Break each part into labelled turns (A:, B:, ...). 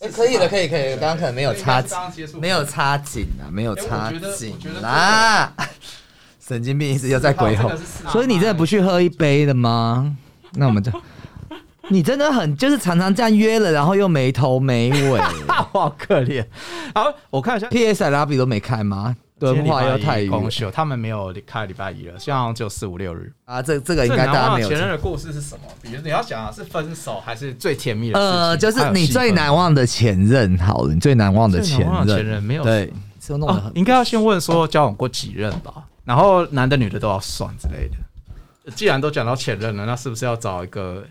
A: 哎可以了，可以可以，刚刚可能没有插啊
B: 刚刚接触
A: 没有插紧啊，没有
B: 哎我
A: 插
B: 觉得
A: 紧
B: 我觉得
A: 啦。神经病一直又在鬼吼
B: 这个是四号，
A: 所以你真的不去喝一杯的吗？那我们就，你真的很就是常常这样约了，然后又没头没尾。
C: 我好可怜。好，我看一下
A: P.S. 拉比都没开吗？敦化又太远
C: 公休，他们没有开礼拜一了，现在好像只有四五六日。
A: 啊，这这个应
B: 这
A: 该
B: 难
A: 大家
B: 忘的
A: 没有
B: 前
A: 听。
B: 任的故事是什么？比如你要想啊，是分手还是最甜蜜的事情？
A: 呃，就是
C: 还有
A: 你
C: 戏份
A: 最难忘的前任，好了，你最难忘的
C: 最
A: 前
C: 难忘的
A: 任，
C: 前任没有
A: 对，就弄得
C: 哦
A: 很，
C: 应该要先问说交往过几任吧，然后男的女的都要算之类的。既然都讲到前任了，那是不是要找一个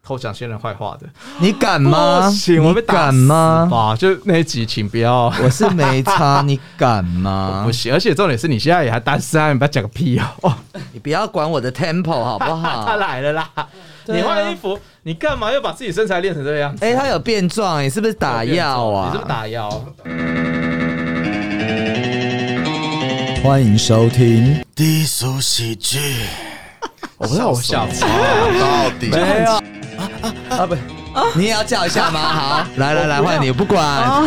C: 偷讲前任坏话的？
A: 你敢吗？
C: 不行，我被
A: 你
C: 打
A: 敢
C: 死
A: 吗？
C: 吧，就那一集，请不要。
A: 我是没差，你敢
C: 我
A: 吗
C: 不？行，而且重点是你现在也还单身啊，你不要讲个屁哦！哦，
A: 你不要管我的 tempo 好不
C: 他
A: 好？
C: 来了啦！
A: 对啊
C: 你换衣服，你干嘛又把自己身材练成这样？
A: 哎、他有变壮，你是不是打药啊？
C: 你是不是打药？
A: 欢迎收听，
D: 低俗喜剧
C: 我不知道我笑死。
D: 到底
A: 没有啊啊不，你也要叫一下吗？好， 来来来，换你，不管啊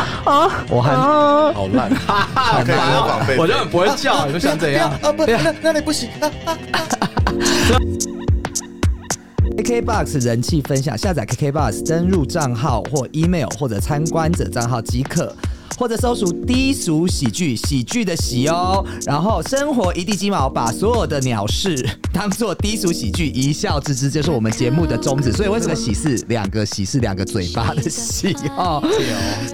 A: 我还
D: 好烂，
C: 好
D: 可以模仿贝贝
C: 我就很不会叫，你就想怎样？
D: 啊不，那那你不行啊！
A: KKBOX 人气分享，下载 KKBOX 登入账号或 email 或者参观者账号即可，或者搜索低俗喜剧，喜剧的喜哦。然后生活一地鸡毛，把所有的鸟事当做低俗喜剧，一笑置之，就是我们节目的宗旨。所以为什么喜是两个喜是两个嘴巴的喜哦？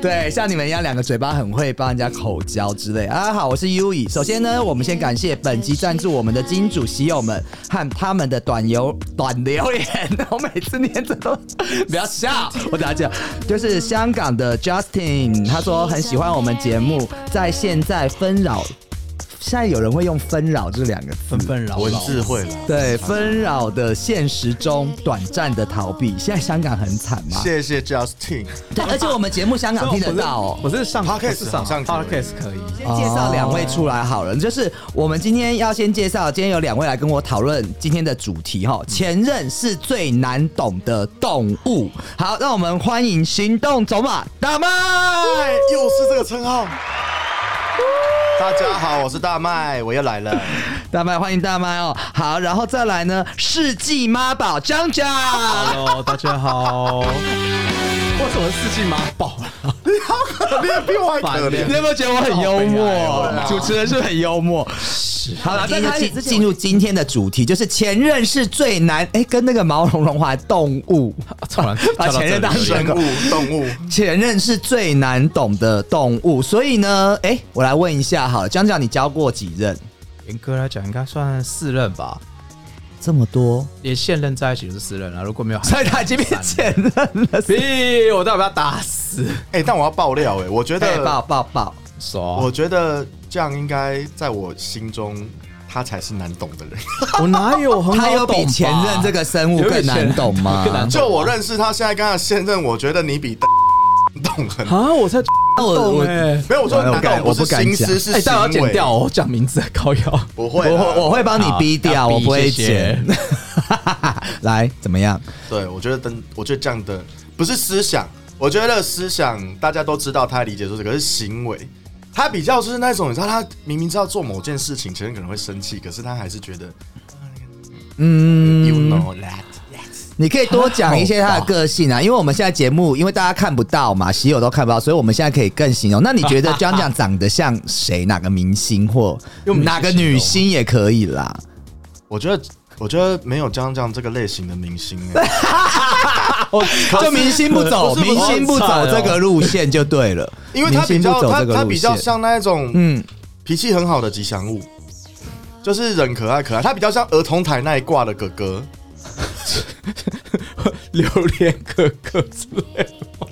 A: 对，像你们一样，两个嘴巴很会帮人家口交之类啊。好，我是 U 以。首先呢，我们先感谢本集赞助我们的金主喜友们和他们的短游短留言。我每次念这都不要笑，我等下讲。就是香港的 Justin，他说很喜欢我们节目，在现在纷扰，现在有人会用纷扰这两个字
C: 纷纷扰
D: 文字会了，
A: 对，纷扰的现实中短暂的逃避。现在香港很惨嘛？
D: 谢谢 Justin，
A: 哦对，而且我们节目香港听得到哦。
C: 我是上
D: Podcast
C: 我是上
D: 上
C: podcast 可以。
A: 先介绍两位出来好了，就是我们今天要先介绍，今天有两位来跟我讨论今天的主题哈。前任是最难懂的动物。好，让我们欢迎行动走马大麦。
D: 又是这个称号。大家好，我是大麦，我又来了。
A: 大麦，欢迎大麦哦。好，然后再来呢，世纪妈宝张张。
C: Hello，大家好。为什么世纪妈宝？
D: 你也比我还
C: 可怜
A: 你有没有觉得我很幽默？主持人是不是很幽默。好了，
E: 在
A: 第一个
E: 开始
A: 进
E: 之前
A: 进入今天的主题，就是前任是最难。哎、跟那个毛茸茸还动物，
C: 突然跳
A: 把
C: 到这
A: 前任
C: 里
A: 当
D: 生物动物，
A: 前任是最难懂的动物，所以呢，哎、我来问一下好了，江江，你交过几任？
C: 严格来讲，应该算四任吧，
A: 这么多，
C: 连现任在一起就是四任了。如果没有，
A: 所以他已经变前任了。
C: 屁！我到底要不要打死？
D: 哎，但我要爆料哎，我觉
A: 对，抱
D: 得，
A: 抱抱，
C: 说，
D: 我觉得这样应该在我心中，他才是难懂的人。
C: 我哪有很
A: 他有比前任这个生物更难懂 吗？
C: 更难懂
D: 就我认识他现在跟他的现任，我觉得你比 懂很多。
C: 啊？我才
A: 那我我
C: 哎，
D: 没有，我说
A: 我不
D: 难
A: 敢
D: 懂不是
A: 我不敢
D: 心
A: 讲
D: 思是
C: 哎，但我要
D: 行
C: 剪
D: 为。
C: 掉哦，我讲名字高瑶。
D: 不会啦，
A: 我我我会帮你逼掉，
C: 好
A: 我不会
C: 谢谢
A: 剪。 来，怎么样？
D: 对，我觉得等，我觉得这样的不是思想，我觉得思想大家都知道，他理解出这个是行为，他比较就是那种，你知道，他明明知道做某件事情，前任可能会生气，可是他还是觉得、you
A: 嗯，
D: know that，
A: 你可以多讲一些他的个性 啊，因为我们现在节目，因为大家看不到嘛，喜友都看不到，所以我们现在可以更形容。那你觉得江江长得像谁？哪个明星或
C: 用明星
A: 哪个女星也可以啦。
D: 我觉得。我觉得没有江江这个类型的明星、欸，
A: 就明星不走，
C: 不是
A: 明星不走
C: 不是
A: 这个路线就对了，
D: 哦因为他比较
A: 明星不走
D: 他
A: 这个
D: 他
A: 路
D: 比
A: 线
D: 较像那一种
A: 嗯，
D: 脾气很好的吉祥物，就是人可爱可爱，他比较像儿童台那一挂的哥哥，
C: 榴莲哥哥 之类的。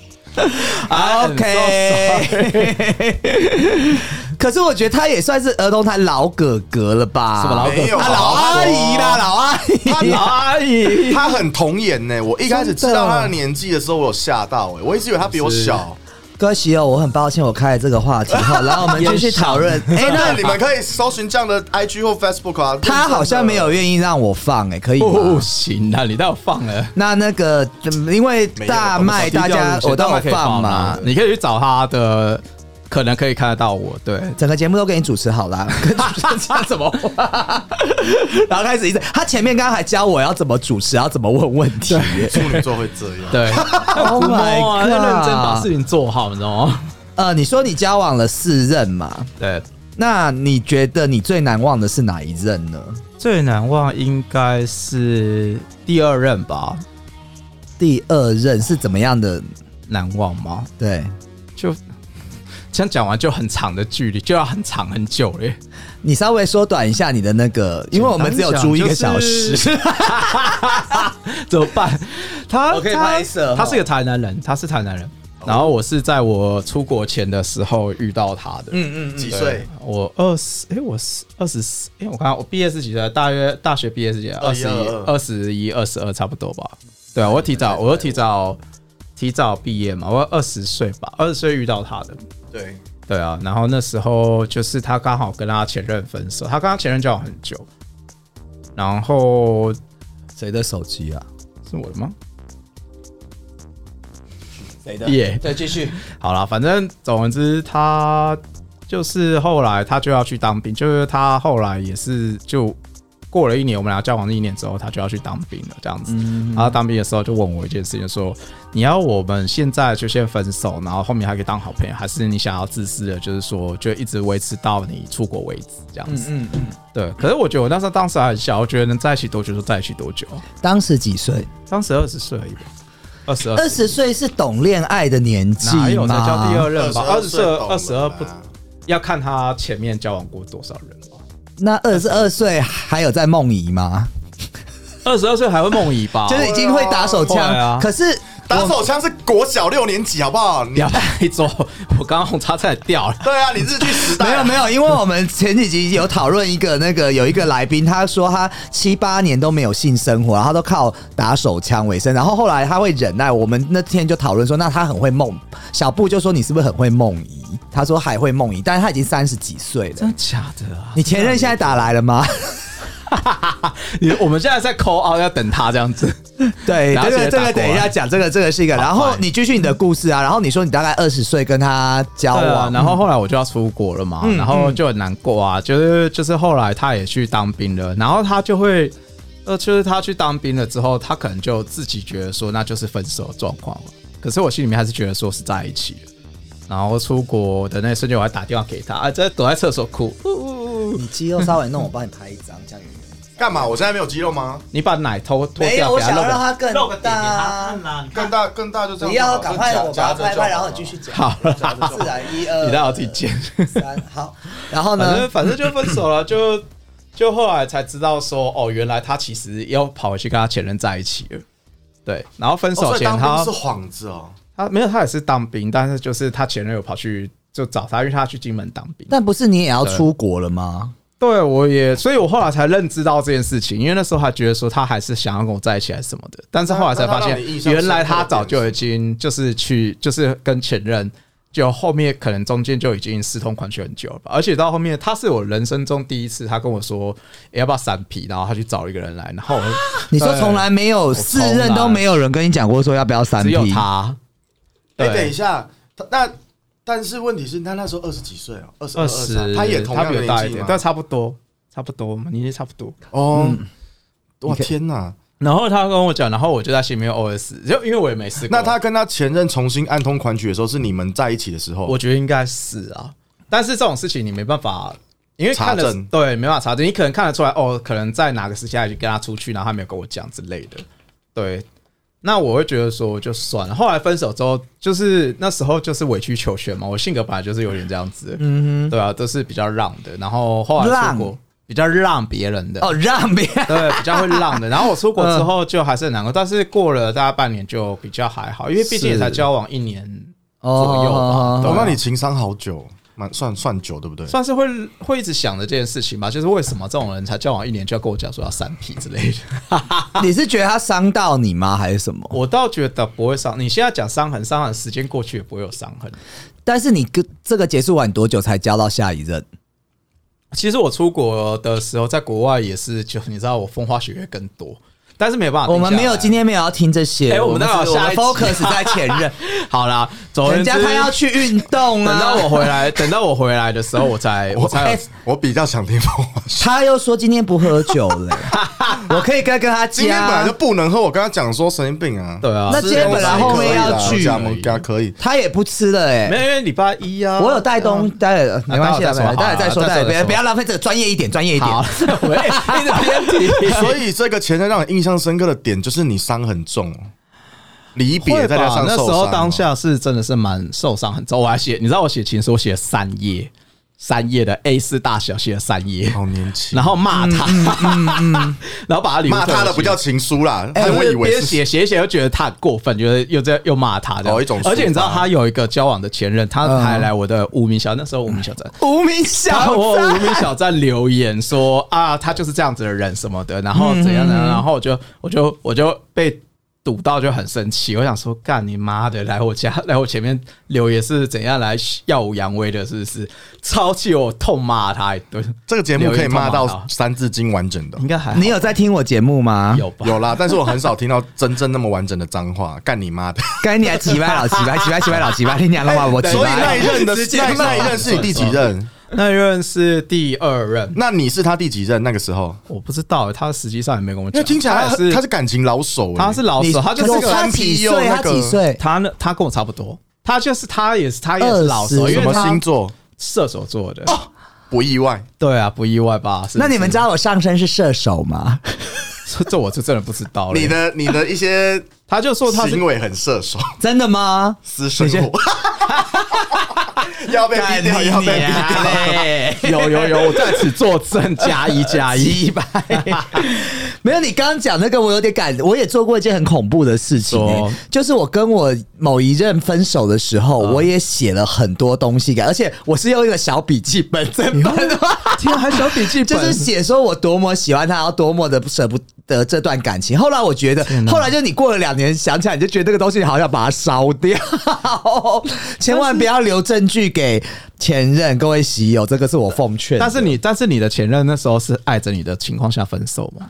A: 啊
C: I'm so sorry
A: OK。可 是我觉得他也算是儿童台老哥哥了吧？
C: 什么老哥哥
D: 没有
A: 啊，老阿姨啦，老阿姨。
D: 他老
C: 阿 姨，
D: 他很童颜呢、我一开始知
A: 真的
D: 道他的年纪的时候，我有吓到哎、我一直以为他比我小，
A: 各位喜友，我很抱歉我开了这个话题， 好，然后我们继续讨论。哎、
D: 那
A: 那
D: 你们可以搜寻这样的 IG 或 Facebook 啊。
A: 他好像没有愿意让我放、哎，可以吗？
D: 哦
C: 不行啊，你倒放了。
A: 那那个，嗯因为
D: 没有
A: 大麦大家我都有放嘛
C: 嘛，，你可以去找他的，可能可以看得到我。对，
A: 整个节目都给你主持好 啦。
C: 他怎么？
A: 然后开始一直，他前面刚刚还教我要怎么主持，要怎么问问题。
D: 处女座会这样。
C: 对
A: Oh
C: 不摸啊
A: my
C: 要认真把
A: god！
C: 事情做好，你知道吗？
A: 呃，你说你交往了四任嘛？
C: 对，
A: 那你觉得你最难忘的是哪一任呢？
C: 最难忘应该是第二任吧？
A: 第二任是怎么样的？
C: 难忘吗？
A: 对，
C: 就这样讲完就很长的距离，就要很长很久嘞。
A: 你稍微缩短一下你的那个，因为我们只有租一个小时。
C: 简单 讲就是啊怎么办？他
A: 我可以
C: 他
A: 拍摄
C: 他
A: 哦
C: 是个台南人，他是台南人。然后我是在我出国前的时候遇到他的。
A: 嗯嗯
D: 几
C: 对
D: 岁？
C: 我二十，哎，我是二十四，哎，我看看我毕业是几岁？大约大学毕业是几岁？二十一、
D: 21
C: 二十一、二十二，差不多吧。对啊，我提早，我又提早提早毕业嘛，我二十岁吧，二十岁遇到他的。
D: 对，
C: 对啊，然后那时候就是他刚好跟他前任分手，他跟他前任交往很久，然后
A: 谁的手机啊？
C: 是我的吗？
A: 谁的
C: 耶
A: 对，继续。
C: 好啦，反正总而言之，他就是后来他就要去当兵，就是他后来也是就过了一年，我们俩交往了一年之后，他就要去当兵了，这样子。然后当兵的时候就问我一件事情，说你要我们现在就先分手，然后后面还可以当好朋友，还是你想要自私的，就是说就一直维持到你出国为止这样子？
A: 嗯嗯。
C: 对。可是我觉得我那时候当时还很小，我觉得能在一起多久就在一起多久，
A: 当时几岁？
C: 当时二十岁而已吧，二十二
A: 二十岁是懂恋爱的年纪
C: 哪有才
A: 吗？
C: 叫第二任吧？二
D: 22
C: 十
D: 岁
C: 岁、
D: 懂了
C: 二十二不
D: 啦
C: 要看他前面交往过多少人吧。
A: 那二十二岁还有在梦遗吗？
C: 二十二岁还会梦遗 吧？
A: 就是已经会打手枪，
C: 会啊
A: 可是
D: 打手枪是国小六年级，好不好？你
C: 不要太走，我刚刚红叉差点掉了。
D: 对啊，你日剧时代
A: 没有没
D: 有，
A: 有，因为我们前几集有讨论一个那个有一个来宾，他说他七八年都没有性生活，然后都靠打手枪为生，然后后来他会忍耐。我们那天就讨论说，那他很会梦。小布就说你是不是很会梦遗？他说还会梦遗，但是他已经三十几岁了。
C: 假的啊？
A: 你前任现在打来了吗？
C: 你我们现在在抠啊，要等他这样子。
A: 对，
C: 打
A: 这
C: 起来
A: 个这
C: 打
A: 个
C: 过来
A: 等一下讲，这个这个是一个。然后你继续你的故事啊，然后你说你大概二十岁跟他交
C: 对啊嗯
A: 往，，
C: 然后后来我就要出国了嘛，然后就很难过啊，就是就是后来他也去当兵了，然后他就会。呃，就是他去当兵了之后，他可能就自己觉得说那就是分手的状况了。可是我心里面还是觉得说是在一起的。然后出国的那一瞬间，我还打电话给他，啊，在躲在厕所哭。呜呜呜
A: 你肌肉稍微弄，我帮你拍一张，这样远远。
D: 干嘛？我现在没有肌肉吗？
C: 你把奶头脱
A: 没有，
C: 掉
A: 我
C: 给他
A: 想要
C: 露
A: 让
C: 个。
A: 它更
B: 露个点给他
A: 大
B: 看。啦，你
D: 更
B: 看
D: 大更大就这样
A: 不
D: 就好。
A: 要，赶快我把它拍拍，然后你继续。讲。
C: 好了，
D: 夹着就好夹着就好
A: 自然啊一二，
C: 你让我自己 剪。
A: 三好，然后
C: 反
A: 呢
C: 正？反正就分手了，就就后来才知道说，哦，原来他其实又跑回去跟他前任在一起了。对，然后分
D: 哦
C: 手
D: 所以
C: 前
D: 当
C: 他、
D: 兵是幌子哦。
C: 他没有，他也是当兵，但是就是他前任有跑去就找他，因为他去金门当兵。
A: 但不是你也要出国了吗？
C: 对，我也，所以我后来才认知到这件事情，因为那时候还觉得说他还是想要跟我在一起还是什么的，但是后来才发
D: 那
C: 现
D: 那让你印，象
C: 原来
D: 深刻的
C: 他早
D: 点
C: 就是已经就是去就是跟前任，就后面可能中间就已经私通款曲很久了吧，而且到后面他是我人生中第一次，他跟我说、哎诶要不要闪皮，然后他去找一个人来，然后我
A: 你说从来没有四任都没有人跟你讲过说要不要三
C: 只
A: P，
C: 有他，
D: 哎，等
C: 对
D: 一，下，他那但是问题是，他那时候二十几岁哦，二十
C: 二
D: 十，
C: 十，
D: 他也同
C: 他
D: 样
C: 比
D: 的
C: 我大
D: 年
C: 一
D: 纪
C: 点
D: 嘛，
C: 但差不多，差不多，我们年纪差不多。
D: 哦，
C: 嗯
D: 哇
A: 你可以
D: 天哪！
C: 然后他跟我讲，然后我就在心里面 OS，就因为我也没试过。啊
D: 那他跟他前任重新暗通款曲的时候，是你们在一起的时候？
C: 我觉得应该是啊，但是这种事情你没办法，因为看
D: 查
C: 得
D: 证
C: 对，没办法查证，你可能看得出来哦，可能在哪个时间去跟他出去，然后他没有跟我讲之类的，对。那我会觉得说就算了。后来分手之后，就是那时候就是委曲求全嘛，我性格本来就是有点这样子，嗯哼，对啊，都是比较让的。然后后来出
A: 让
C: 国比较让别人的，
A: 哦，让别人
C: 对，比较会浪的。然后我出国之后就还是很难过，但是过了大概半年就比较还好，因为毕竟也才
A: 是
C: 交往一年左右吧。
A: 哦
C: 对啊，
D: 哦那你情商好久，蛮算算久，对不对？
C: 算是会会一直想着这件事情吧，就是为什么这种人才交往一年就要跟我讲说要三 P 之类的。
A: 你是觉得他伤到你吗，还是什么？
C: 我倒觉得不会伤，你现在讲伤痕，伤痕时间过去也不会有伤痕。
A: 但是你跟这个结束完多久才交到下一任？
C: 其实我出国的时候，在国外也是，就你知道我风花雪月更多，但是没办法，
A: 我们没有今
C: 天
A: 天没有要听这些，
C: 哎哎我们
A: 们
C: 待会儿
A: 是我
C: 下
A: 们
C: 一集
A: focus 在前 任，
C: 好啦，总而
A: 人
C: 言之
A: 家他要去运动
C: 等
A: 啊。
C: 到我回来，等到我回来的时候，我才我才有
A: 哎
D: 我比较想听风花雪。
A: 他又说今天不喝酒了、我可以跟跟他
D: 今天本来就
A: 加，
D: 不能喝，我跟他讲说神经病啊。
C: 对啊
A: 那，今天本来后面要去
D: 加盟加可以。
A: 他也不吃了哎、
C: 没有因为礼拜一啊，
A: 我有带东，待会没关系啊，
C: 待会再说
A: 待会再说，
C: 好
A: 待会
C: 再说再
A: 别
C: 说
A: 不要浪费这个专业一点，专业一点。
C: 好， 喂，一直偏题，
D: 所以这个前任让你印象深刻的点就是你伤很重哦，离别
C: 会
D: 再
C: 吧
D: 加上
C: 那时
D: 受
C: 候
D: 伤哦，
C: 当下是真的是蛮受伤很重，我还写，你知道我写情书我写了三页，三页的 A 四大小写了三页，
D: 好嗯年轻，
C: 然后骂他， 然后把他礼物
D: 骂他
C: 退回
D: 的
C: 去
D: 不叫情书啦，
C: 哎
D: 他
C: 我
D: 会以为
C: 边
D: 是
C: 写写一写又觉得他很过分，觉得又在又骂他的、
D: 哦一种嗯
C: 而且你知道
D: 抒发
C: 他有一个交往的前任，他还来我的无名小站，那时候无名小站。
A: 无名
C: 他
A: 小
C: 我
A: 站
C: 无名小站留言说啊，他就是这样子的人什么的，然后怎
D: 嗯
C: 样呢？然后我就我就我就被堵到就很生气，我想说干你妈的，来我家 来我前面留言是怎样来耀武扬威的，是不是？超气我痛骂他一顿，
D: 这个节目可以
C: 留
D: 骂
C: 言痛
D: 到
C: 骂
D: 《
C: 他
D: 三字经》完整的
C: 应。该还好
A: 你有在听我节目吗？
C: 有吧？
D: 有啦，但是我很少听到真正那么完整的脏话，干你妈的！
A: 该你还几百老几百几百几百老几百，你娘的话我几
D: 所以那
A: 百。
D: 一任的
C: 直接
D: 那
C: 骂
D: 那一任是你第几任？
C: 那任是第二任，
D: 那你是他第几任？那个时候，
C: 我不知道，他实际上也没跟我
D: 因
C: 讲。
D: 为听起来
C: 他
D: 他
C: 也是
D: 他是感情老手欸，
C: 他是老
A: 你
C: 手，他就是
A: 有
C: 个
A: 他几岁？他几岁？
C: 他呢，他跟我差不多，他就是他也是他也是老手，
A: 20
C: 因
D: 什
C: 为
D: 么
C: 他
D: 星座？
C: 射手座的，
D: 不意外，
C: 对啊，不意外吧？是不是
A: 那你们知道我上身是射手吗？
C: 这 这我就真的不知道了。
D: 你的你的一些
C: 他就说 他是
D: 行为很射手，
A: 真的吗？
D: 私生活。 要被逼
C: 啊
D: 掉，要被逼掉。
A: 嘞！
C: 有有有，我在此作证，加一加一吧。
A: 没有，你刚刚讲那个，我有点感，我也做过一件很恐怖的事情、欸
C: 说
A: 就是我跟我某一任分手的时候，我也写了很多东西给，而且我是用一个小笔记本在本的，
C: 天，啊还小笔记本，
A: 就是写说我多么喜欢他，然后多么的舍不得这段感情。后来我觉得，后来就你过了两年想起来，你就觉得这个东西好想把它烧掉，千万不要留证据给前任。各位喜友，这个是我奉劝的。
C: 但是你，但是你的前任那时候是爱着你的情况下分手吗？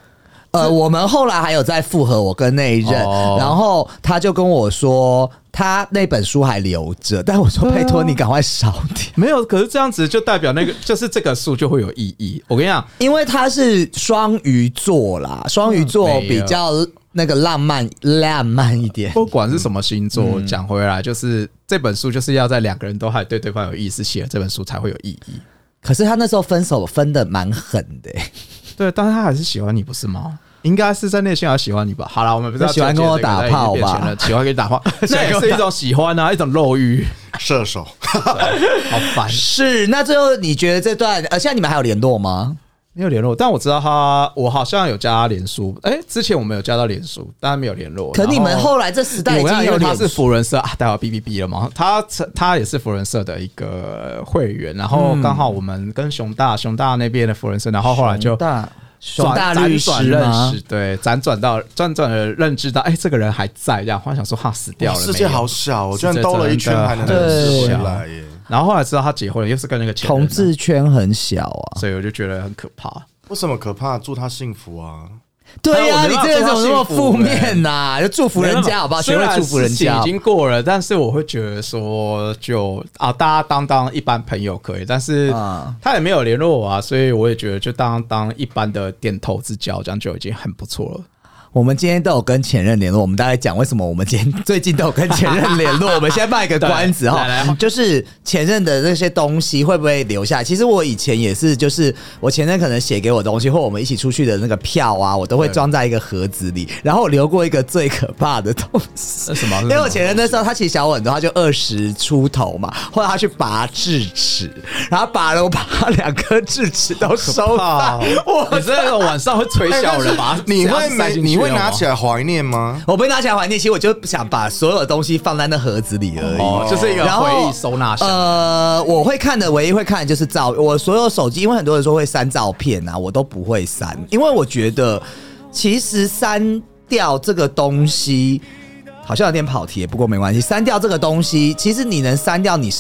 A: 呃，我们后来还有再复合，我跟那一任，
C: 哦
A: 然后他就跟我说，他那本书还留着，但我说
C: 对啊
A: 拜托你赶快烧掉，
C: 没有，可是这样子就代表 那个，就是这个数就会有意义。我跟你讲，
A: 因为他是双鱼座啦，双鱼座
C: 嗯没
A: 比
C: 有
A: 较那个浪漫浪漫一点。
C: 不管是什么星座，讲、回来就是这本书就是要在两个人都还对对方有意思写了这本书才会有意义。
A: 可是他那时候分手分的蛮狠的、欸，
C: 对，但是他还是喜欢你，不是吗？应该是在内心还是喜欢你吧。好了，我们不是要
A: 就喜欢跟我打炮吧
C: 纠结这个但已经变成了喜欢跟你打 炮，那也是一种喜欢啊，一种肉欲，
D: 射手，
C: 好烦。
A: 是。那最后你觉得这段，呃，现在你们还有联络吗？
C: 没有联络，但我知道他，我好像有加他脸书。哎、之前我们有加到脸书，但没有联络。
A: 可你们
C: 然
A: 后来这时代已
C: 我
A: 经
C: 因
A: 有
C: 为他
A: 脸
C: 是
A: 书
C: 福人社啊，待会儿 B B B 了嘛，他他也是福人社的一个会员，然后刚好我们跟熊大熊大那边的福人社，然后后来就
A: 大熊
C: 转
A: 大
C: 辗
A: 律师
C: 转
A: 吗
C: 认识，对，辗转到辗转的认知到，哎、这个人还在，这样，忽然想说哈死掉了，
D: 世界
C: 没有
D: 好。小，我
C: 世
D: 居
C: 界
D: 然兜了一圈
C: 真的
D: 还能
C: 很
D: 认识回
C: 小
D: 来耶！
C: 然后后来知道他结婚了，又是跟那个前任啊
A: 同，志圈很小啊。
C: 所以我就觉得很可怕。
D: 为什么可怕？祝他幸福啊！
A: 对呀、
C: 哎但我没
A: 你
C: 办法
A: 这个人怎么那么
C: 祝他幸福哎
A: 负面呐、就祝福人家好不好？
C: 虽
A: 学
C: 然
A: 会祝福人
C: 事情
A: 家哦
C: 已。经过了，但是我会觉得说就，啊，大家当当一般朋友可以，但是
A: 啊
C: 他也没有联络我啊，所以我也觉得就当当一般的点头之交，这样就已经很不错了。
A: 我们今天都有跟前任联络，我们大概讲为什么我们今天最近都有跟前任联络。我 们先卖一个关子哈
C: 来来，
A: 就是前任的那些东西会不会留下来？其实我以前也是，就是我前任可能写给我东西，或我们一起出去的那个票啊，我都会装在一个盒子里。然后我留过一个最可怕的东西
C: 那。什么？
A: 因哎为我 前任那时候他其实小我很多，他就二十出头嘛，后来他去拔智齿，然后拔了我把他两颗智齿都收
C: 怕
A: 了
C: 哦。
A: 我哎
C: 我这个晚上会捶小人吧？
D: 你会
C: 塞
D: 没
C: 进去
D: 哎你会会拿起来怀念吗？
A: 我不会拿起来怀念，其实我就想把所有的东西放在那盒子里而已。
C: 哦，就是一个
A: 然后
C: 回忆收纳箱。
A: 呃，我会看的唯一会看的就是照我所有手机，因为很多人说会删照片啊，我都不会删，因为我觉得其实删掉这个东西好像有点跑题，不过没关系，删掉这个东西，其实你能删掉你。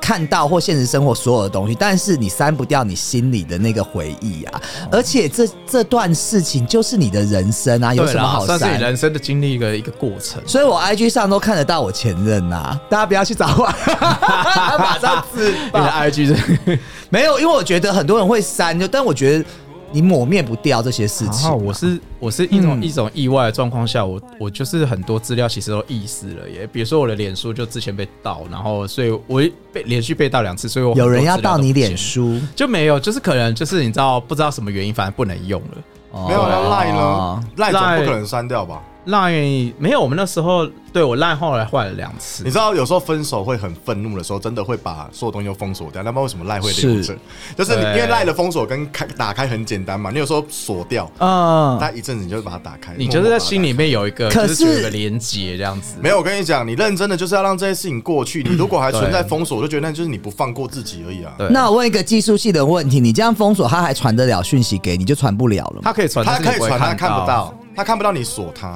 A: 看到或现实生活所有的东西，但是你删不掉你心里的那个回忆啊！
C: 嗯
A: 而且这这段事情就是你的人生啊，有
C: 对
A: 什么
C: 啦
A: 好，删？
C: 算是你人生的经历一个一个过程。
A: 所以我 IG 上都看得到我前任呐、大家不要去找 我， 马上自
C: 你的
A: 爆。
C: IG 是
A: 没有，因为我觉得很多人会删，就但我觉得你抹灭不掉这些事情。
C: 啊，我是我是一种、
A: 嗯
C: 一种意外的状况下，我我就是很多资料其实都遗失了耶。比如说我的脸书就之前被盗，然后所以我被连续被盗两次，所以我很多
A: 有人要
C: 资料
A: 盗
C: 都
A: 你
C: 不见
A: 脸书，
C: 就没有，就是可能就是你知道不知道什么原因，反正不能用了。
D: 没有，那赖呢？赖总
C: 哦赖
D: 不可能删掉吧？
C: 烂没有，我们那时候对我烂后来换了两次
D: 你，知道有时候分手会很愤怒的时候，真的会把所有东西都封锁掉。那不然为什么赖会留着
A: 是？
D: 就是你因
C: 对
D: 为赖的封锁跟开打开很简单嘛，你有时候锁掉，
A: 哦
C: 嗯，
D: 它一阵子你就把它打开。
C: 你就是在心
D: 里。
C: 里面有一个，
A: 可
C: 就是是有一个连接这样子。
D: 没有，我跟你讲，你认真的就是要让这些事情过去。你如果还存在
C: 对
D: 封锁，我就觉得那就是你不放过自己而已啊。
C: 对，
A: 那我问一个技术系的问题，你这样封锁，他还传得了讯息给你，就传不了了吗
C: 他可以传，
D: 他
C: 但是
D: 可
C: 你
D: 以
C: 不会
D: 传，他看不
C: 看。
D: 到，他看不到你锁他，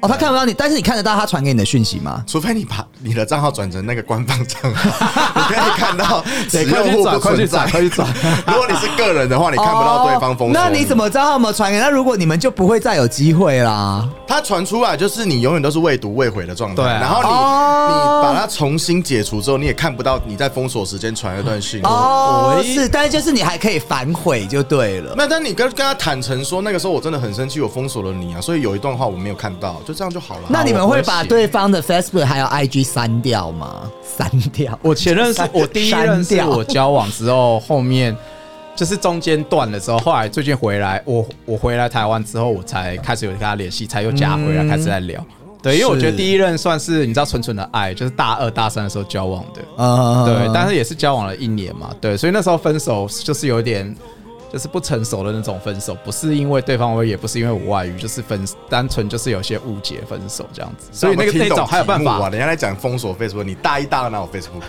A: 哦，他看不到你，但是你看得到他传给你的讯息吗？
D: 除非你把你的账号转成那个官方账 号，你可以看到
C: 对
D: 此用户不存在。
C: 快去转快去转
D: 如果你是个人的话，你看不到对方封锁。
A: 那你怎么知道他有没有传给？那如果你们就不会再有机会啦。
D: 他传出来就是你永远都是未读未回的状态，
C: 对啊
D: 然后你、
A: 哦
D: 你把它重新解除之后，你也看不到你在封锁时间传那段讯息。
A: 哦，
C: 我一
A: 是，但是就是你还可以反悔就对了。
D: 那但你跟跟他坦诚说，那个时候我真的很生气，我封锁了你啊，所以有一段话我没有看到，就这样就好了。
A: 那你们会把
C: 我不会写
A: 对方的 Facebook 还有 IG 删掉吗？删掉？
C: 我前任是
A: 删
C: 我第一任
A: 删
C: 是
A: 掉
C: 我交往之后，后面就是中间断了之后，后来最近回来，我我回来台湾之后，我才开始有跟他联系，才又加回来、
A: 嗯
C: 开始在聊。对，因为我觉
A: 是
C: 得第一任算是你知道纯纯的爱，就是大二大三的时候交往的，
A: 呃
C: 对，但是也是交往了一年嘛，对，所以那时候分手就是有点。就是不成熟的那种分手，不是因为对方我也不是因为我外遇，就是分单纯就是有些误解分手这样子，所以那个
D: 听
C: 那
D: 懂
C: 种还有办
D: 题目啊？
C: 法
D: 人家在讲封锁 Facebook，你大一、大二哪有 Facebook？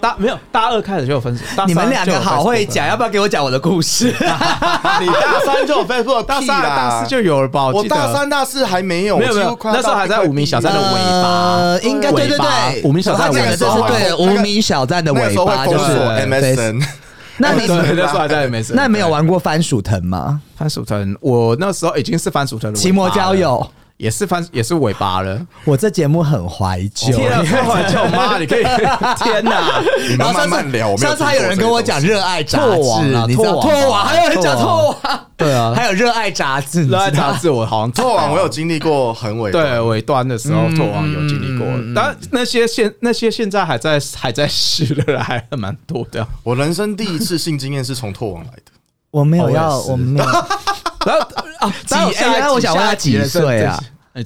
C: 大没有大二开始就有分手，大
A: 你们
C: 三
A: 两
C: 就
A: 个
C: 有
A: 好会
C: Facebook
A: 讲，要不要给我讲我的故事？
D: 啊你 大三就有 Facebook，
C: 大
D: 屁
C: 三
D: 啦
C: 大四就有了吧？
D: 我
C: 哦记得
D: 大三、大四还没有，
C: 没有没
D: 我几乎
C: 有，
D: 快要
C: 那时候还在
D: 到
C: 无名小站的尾巴
A: 呃，，应该对对
C: 尾巴
A: 对，
C: 无名小
A: 他
C: 站的
A: 讲
C: 尾
A: 的这
D: 那
A: 是
D: 个
C: 巴，
A: 对的，
D: 那个
A: 无名小站的
D: 那个
A: 尾
D: 时候会
A: 巴
D: 封
A: 就
D: 锁
A: 是
C: 对。
D: MSN，
A: 那你
C: 对，那时候还在没事。
A: 那没有玩过番薯藤吗？
C: 番薯藤，我那时候已经是番薯藤的尾巴了
A: 奇摩交友，
C: 也是番也是尾巴 了。
A: 我这节目很怀旧。
C: 天啊，开玩笑妈，你可以天哪！
D: 你
A: 然
D: 们
A: 后上
D: 慢
A: 次
D: 慢聊。我没有
A: 上次还有人跟我讲
D: 听过
A: 热爱杂
C: 拓网
A: 志
C: 啊，
A: 你知道
C: 拓
A: 拓网，
C: 网啊
A: 还有人讲
C: 拓
A: 拓
C: 网
A: 网，
C: 对啊
A: 还有热爱杂志，你知
C: 热爱
A: 道
C: 杂志，我好 像
D: 这个拓网我有经历过很伟大，
C: 对尾端的时候，拓网有经历过
A: 嗯嗯嗯，
C: 当然那些现那些现在还在还在试的人还蛮多 的。
D: 我人生第一次性经验是从拓网来的。
A: 我没有
C: 哦我也
A: 要，
C: 是
A: 我没有。
C: 然后啊，
A: 几
C: 当然
A: 哎那我想问他几岁啊？
C: 呃，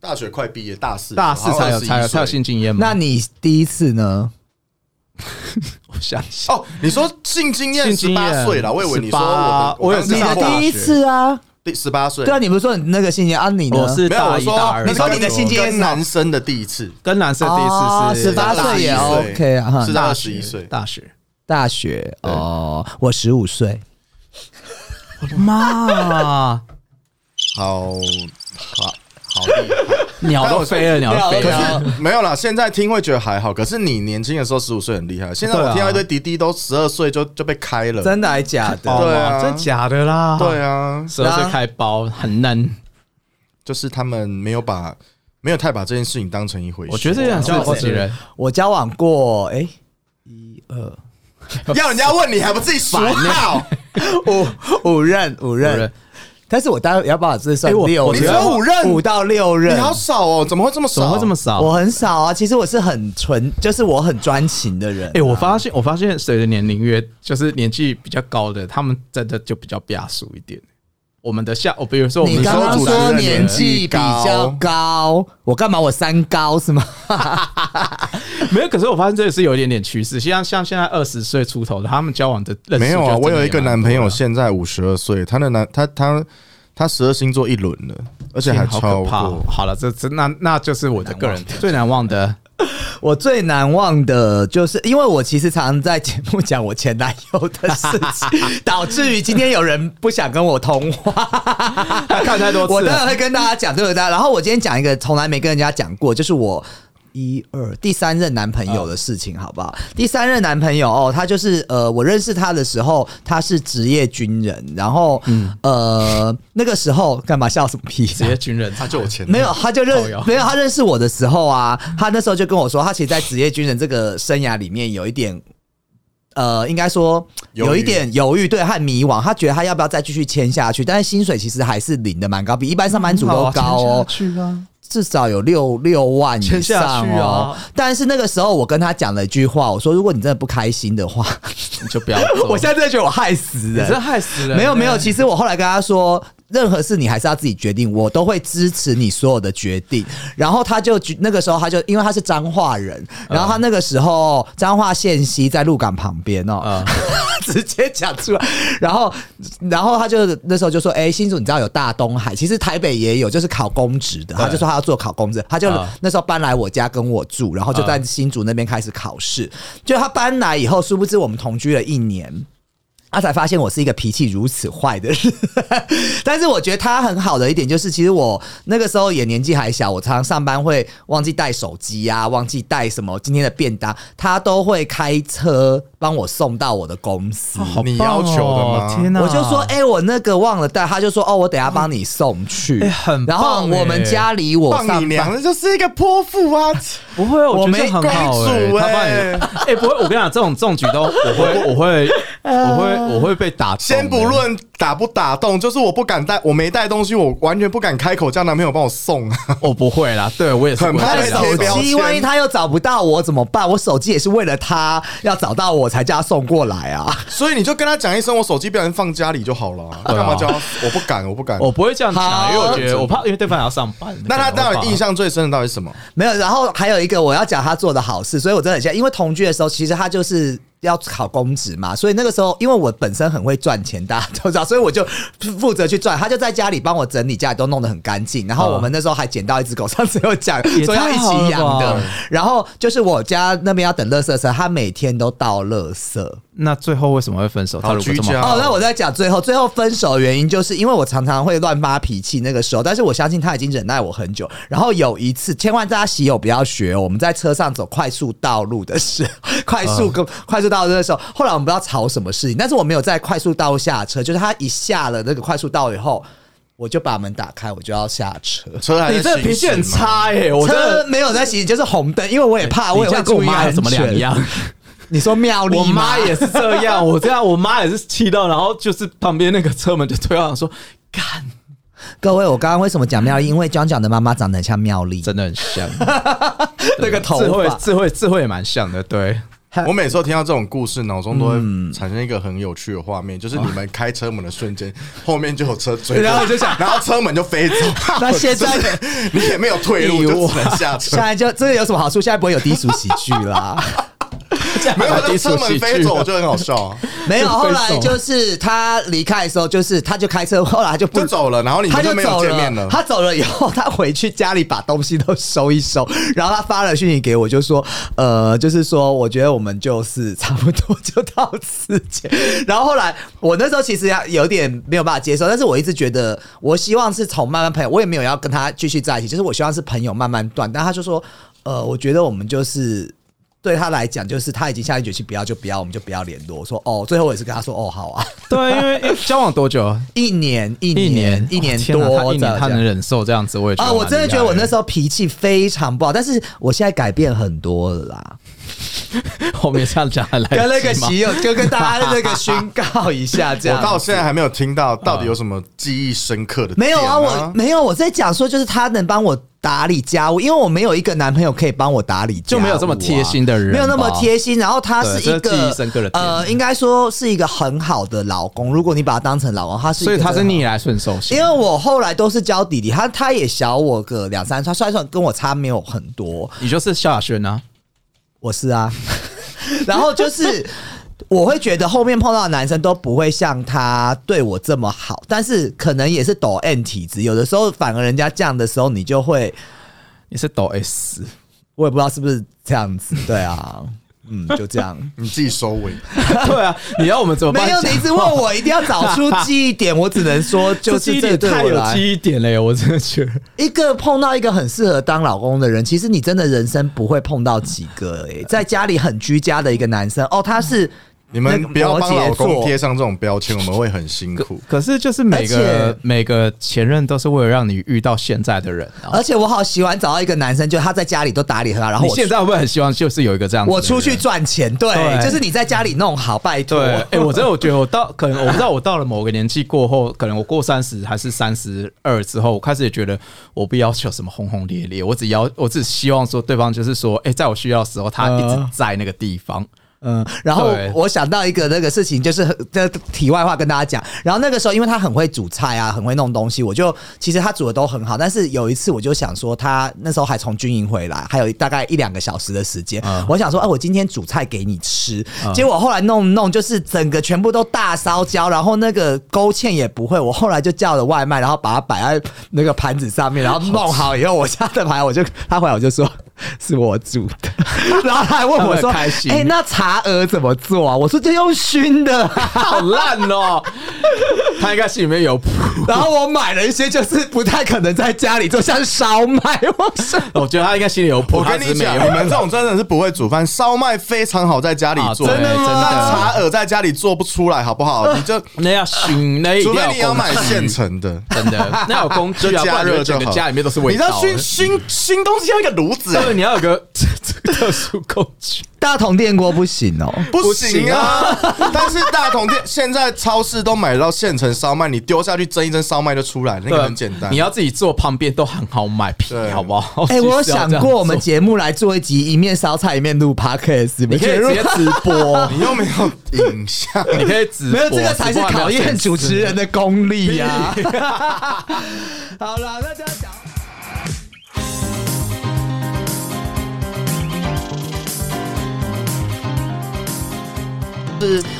D: 大学快毕业，大四
C: 大四才有才有才有性经验吗？
A: 那你第一次呢？
C: 我想想，
D: 哦，你说性经验
C: 性
D: 十
C: 经验
D: 八岁了？我以为你说
C: 18
D: 我
C: 我也是
A: 你
D: 刚
A: 的
C: 上
D: 上大
A: 第一
D: 学
A: 次啊？
D: 第十八岁，
A: 对啊，你不是说你那个信念啊？你呢？
C: 我哦是
D: 没有
C: 大
D: 我
C: 一大
D: 说
C: 二，
A: 你说你的性经验
D: 跟男生的第一次，
C: 跟男生的第
A: 哦
C: 一次是
A: 18岁也
C: 大一
A: OK 啊哈
D: 是
C: 大
D: 到
C: 学
D: 十一岁。
C: 大学。
A: 大学
C: 对
A: 哦，我十五岁。
C: 妈，
D: 好好好厉害！
C: 鸟都飞了，鸟都
D: 哎
C: 飞
A: 对啊
C: 了。
D: 可是没有啦，现在听会觉得还好，可是你年轻的时候十五岁很厉害，现在
C: 对
D: 我
C: 啊
D: 听到一堆弟弟都十二岁就就被开了，
A: 真的还假的？
D: 对啊
C: 哦真假的啦？
D: 对，啊，
C: 十二岁开包很嫩，
D: 就是他们没有把没有太把这件事情当成一回事。
C: 我觉得这啊很是自己人。
A: 我交往过，哎，一二
D: 要人家问你还不自己数号，
A: 五五任五
C: 五
A: 任
C: 任，
A: 但是我待会要把这算
C: 哎我
A: 六
C: 我
A: 任，
C: 觉得
D: 你说五任
A: 五到六
D: 你
A: 任，
D: 好少哦，怎么会这么少？
C: 怎么会这么？少？
A: 我很少啊。其实我是很纯，就是我很专情的人啊。
C: 哎、我发现，我发现随着年龄越就是年纪比较高的，他们真的就比较避俗一点。我们的下，我比如说我们
A: 你刚刚
D: 你说主持
A: 说
D: 人
A: 年纪比较高，我干嘛？我三高是吗？
C: 没有，可是我发现这也是有一点点趋势。像像现在二十岁出头的，他们交往的认识
D: 没有啊，
C: 就真的
D: 我有一个
C: 也蛮
D: 男朋友
C: 多的
D: 现在五十二岁，他的男他他他十二星座一轮了，而且还
C: 好
D: 超
C: 可怕
D: 过
C: 哦。。好了，这这那那就是我的个人最难忘的。
A: 我最难忘的就是，因为我其实常在节目讲我前男友的事情，导致于今天有人不想跟我通话。
C: 看太多
A: 我
C: 次啊
A: 当然
C: 了，
A: 会跟大家讲这个，大家。然后我今天讲一个从来没跟人家讲过，就是我。一二第三任男朋友的事情，好不好？
C: 哦
A: 第三任男朋友哦，他就是呃，我认识他的时候，他是职业军人，然后、
C: 嗯
A: 呃，那个时候干嘛笑什么屁、
C: 职业军人，
D: 他就有钱，
A: 没有，他就认
C: 靠腰
A: 没有他认识我的时候啊，他那时候就跟我说，他其实，在职业军人这个生涯里面有一点。呃，应该说
D: 犹豫
A: 有一点犹豫，对，和迷惘。他觉得他要不要再继续签下去，但是薪水其实还是领的蛮高，比一般上班族都高哦。
C: 去啊，
A: 至少有六六万以
C: 签下
A: 上
C: 去
A: 哦。
C: 啊
A: 但是那个时候我跟他讲了一句话，我说如果你真的不开心的话，
C: 你就不要 做。
A: 我现在真的觉得我害死
C: 你
A: 人，
C: 真害死人，哎
A: 没有没有，其实我后来跟他说。任何事你还是要自己决定，我都会支持你所有的决定。然后他就那个时候他就因为他是彰化人，然后他那个时候彰化县西在鹿港旁边哦，
C: 啊，
A: 直接讲出来。然后，然后他就那时候就说：“哎、新竹你知道有大东海，其实台北也有，就是考公职的。”他就说他要做考公职，他就、
C: 啊
A: 那时候搬来我家跟我住，然后就在新竹那边开始考试。就他搬来以后，殊不知我们同居了一年。他才发现我是一个脾气如此坏的人，但是我觉得他很好的一点就是，其实我那个时候也年纪还小，我常常上班会忘记带手机啊，忘记带什么今天的便当，他都会开车帮我送到我的公 司。
C: 好棒哦
D: 你要求的吗
C: 天哪，
A: 我就说，哎、我那个忘了带，他就说，哦，我等下帮你送去。
C: 哎很
A: 然
C: 棒
A: 后我们
C: 哎
A: 家离我上
D: 放
A: 班
D: 你娘的就是一个泼妇啊！
C: 不会啊，
A: 我
C: 我觉
A: 没
C: 得很好哎，
D: 公主
C: 他
D: 哎
C: 帮你，哎，不会，我跟你讲，这种这种举动，我会，我会，我会，我会被打动。
D: 先不论打不打动，就是我不敢带，我没带东西，我完全不敢开口叫男朋友帮我送啊。
C: 哎，我不会啦，对我也是
D: 很
C: 不会
D: 怕
A: 带
C: 这
D: 被
C: 样
D: 打
A: 哎手
D: 贴标
A: 机，
D: 签
A: 万一他又找不到我怎么办？我手机也是为了他要找到我才叫他送过来啊。
D: 所以你就跟他讲一声，我手机不小心放家里就好了啊，
C: 对啊哦
D: 干嘛叫他？我不敢，我不敢。
C: 我不会这样
A: 好
C: 讲，因为我觉得我怕，因为对方也要上班。
D: 那他到底印
C: 象
D: 象最深的到底是什么？
A: 没有，然后还有一个我要讲他做的好事，所以我真的很羡慕因为同居的时候，其实他就是要考公职嘛，所以那个时候因为我本身很会赚钱，大家都知道，所以我就负责去赚。他就在家里帮我整理家里，都弄得很干净。然后我们那时候还捡到一只狗，上次有讲，
C: 也
A: 所以要一
C: 太好
A: 起
C: 了
A: 养的
C: 吧。
A: 然后就是我家那边要等垃圾车，他每天都倒垃圾。
C: 那最后为什么会分手？他如果这
D: 居
C: 么
D: 家
C: 好
A: 哦，那我再讲最后，最后分手的原因就是因为我常常会乱发脾气，那个时候，但是我相信他已经忍耐我很久。然后有一次，千万大家喜友不要学哦，我们在车上走快速道路的时候， 快速跟、快速道路的时候，后来我们不知道吵什么事情，但是我没有在快速道路下车，就是他一下了那个快速道以后，我就把门打开，我就要下车。
D: 车还在
C: 你这个脾气很
D: 行驶吗，
C: 差哎，我真
A: 车
C: 的。
A: 没有在行，就是红灯，因为我也怕，我也
C: 你这
A: 会
C: 样跟我
A: 注意
C: 妈有
A: 安
C: 什么两
A: 全。
C: 样？
A: 你说妙丽
C: 我
A: 吗
C: 妈也是这样，我这样，我妈也是气到，然后就是旁边那个车门就推到，说干，
A: 各位，我刚刚为什么讲妙丽？因为江江的妈妈长得很像妙丽，
C: 真的很 像，
A: 那个头
C: 智慧
A: 发。
C: 智慧智慧也蛮像的，对，
D: 我每次听到这种故事，脑中都会产生一个很有趣的画面，就是你们开车门的瞬间，后面就有车追，
A: 然后我就想，
D: 然后车门就飞走。
A: 那现在
D: 就是 你也没有退路，
A: 哎呦
D: 就只能下 车
A: 现。在就这个有什么好处？现在不会有低俗喜剧啦，
D: 没有，那
C: 低俗
D: 车门
C: 喜
D: 飞
C: 剧啊
D: 走，我觉得很好笑啊，
A: 没有。
C: 就
A: 后
C: 分手
A: 来就是他离开的时候，就是他就开车，后来他就不
D: 就走了，然后你
A: 他
D: 们
A: 就
D: 没有
A: 走
D: 见面了
A: 了。。他走了以后，他回去家里把东西都收一收，然后他发了讯息给我，就说，呃，就是说，我觉得我们就是差不多就到此结。然后后来我那时候其实要有点没有办法接受，但是我一直觉得，我希望是从慢慢朋友，我也没有要跟他继续在一起，就是我希望是朋友慢慢断。但他就说，呃，我觉得我们就是。对他来讲，就是他已经下定决心，不要就不要，我们就不要联络。我说哦，最后我也是跟他说哦，好啊，
C: 对，因为因为交往多久啊？
A: 一年一
C: 一
A: 年
C: 年
A: 一年
C: 哦天
A: 多
C: 哪他一
A: 这样
C: 年他能忍受这样子，我也觉得
A: 啊，我真的觉得我 那时
C: 候
A: 候脾气非常不好，但是我现在改变很多了啦。
C: 后面这样讲还来得及
A: 跟那个
C: 吗
A: 喜友，就跟大家那个宣告一下，这样
D: 我。到现在还没有听到到底有什么记忆深刻的、
A: 没有啊，
D: 啊，
A: 我没有，我在讲说就是他能帮我打理家务，因为我没有一个男朋友可以帮我打理家务啊、
C: 就没有这么贴心的人吧
A: 没有那么贴心。然后他是一
C: 对这是
A: 个
C: 记忆深刻的点
A: 呃，应该说是一个很好的老公。如果你把他当成老公，他是一个
C: 所以他是
A: 真的
C: 逆来顺受型
A: 因为。我后来都是教弟弟，他他也小我个两三岁，虽然说跟我差没有很多，
C: 你就是萧亚轩啊，
A: 我是啊，然后就是。我会觉得后面碰到的男生都不会像他对我这么好，但是可能也是抖 M 体质，有的时候反而人家这样的时候，你就会，
C: 你是抖 S，
A: 我也不知道是不是这样子，对啊，嗯，就这样。
D: 你自己收尾。
C: 对啊，你要我们怎么办？
A: 没有，你一直问我，一定要找出记忆点，我只能说就是
C: 这记忆
A: 这
C: 点
A: 对
C: 太
A: 我
C: 有
A: 来
C: 记忆点了耶，我真的觉 得。
A: 一个碰到一个很适合当老公的人，其实你真的人生不会碰到几个诶、在家里很居家的一个男生哦，他是
D: 你
A: 那
D: 们
A: 个
D: 不要
A: 摩
D: 帮
A: 羯
D: 老公
A: 座
D: 贴上这种标签，我们会很辛苦。
C: 可是就是每
A: 而
C: 个
A: 且
C: 每个前任都是为了让你遇到现在的人啊。
A: 而且我好喜欢找到一个男生，就他在家里都打理很好，然后
C: 你
A: 我
C: 现在会不会很希望就是有一个这样子的人？
A: 我出去赚钱，对，
C: 对
A: 就是你在家里弄好，拜托。
C: 对，哎、我真的我觉得我到可能我不知道我到了某个年纪过后，可能我过三十还是三十二之后，我开始也觉得我不要求什么轰轰烈烈，我只要我只希望说对方就是说，哎、在我需要的时候他一直
A: 嗯
C: 在那个地方。
A: 嗯，然后
C: 对
A: 我想到一个那个事情，就是 这题外话跟大家讲。然后那个时候，因为他很会煮菜啊，很会弄东西，我就其实他煮的都很好。但是有一次，我就想说，他那时候还从军营回来，还有大概一两个小时的时间，
C: 嗯
A: 我想说，哎、我今天煮菜给你吃。结果后来弄一弄，就是整个全部都大烧焦，然后那个勾芡也不会。我后来就叫了外卖，然后把它摆在那个盘子上面，然后弄好以后，我下的盘我就他回来我就说是我煮 的，然后他还问我
C: 他
A: 说，
C: 们很开心
A: 哎、那茶鹅怎么做啊？我说就用熏的 啊、
C: 好烂哦！ 他应该心里面有谱。
A: 然后我买了一些，就是不太可能在家里做，像烧麦，我 是
C: 我觉得他应该心里有谱，
D: 我跟
C: 他只
D: 你
C: 是没
D: 讲，
C: 有
D: 你们这种真的是不会煮饭，烧麦非常好在家里
C: 啊
D: 做，欸
C: 真的吗
D: 那茶耳在家里做不出来，好不 好？你就
C: 那要熏，那一
D: 除
C: 定
D: 非
C: 有
D: 你要
C: 工
D: 买
C: 具
D: 现成的，
C: 真的，那有工具啊，
D: 就加
C: 不然
D: 热
C: 你
D: 就
C: 整
D: 好。
C: 个家里面都是味
D: 你知道
C: 道。
D: 熏欸熏熏东西要一个炉子，
C: 对，你要有个这个特殊工具。
A: 大同电锅不行哦。
D: 不行啊！但是大同店现在超市都买得到现成烧麦，你丢下去蒸一蒸，烧麦就出来了，那个很简单。
C: 你要自己做，旁边都很好买皮，
D: 对
C: 好不好？
A: 哎、我有想过我们
C: 其实
A: 节目来做一集，一面烧菜一面录 podcast，你
C: 要
A: 们
C: 这
A: 觉
C: 样
A: 得
C: 做
A: 如果
C: 你可以直接直播，啊
D: 你又没有影像，
C: 你可以直 播，
A: 没有这个才是
C: 直播还没有
A: 考验
C: 剪
A: 主持人的功力呀、啊。
C: 辑。
A: 好了，那这样讲。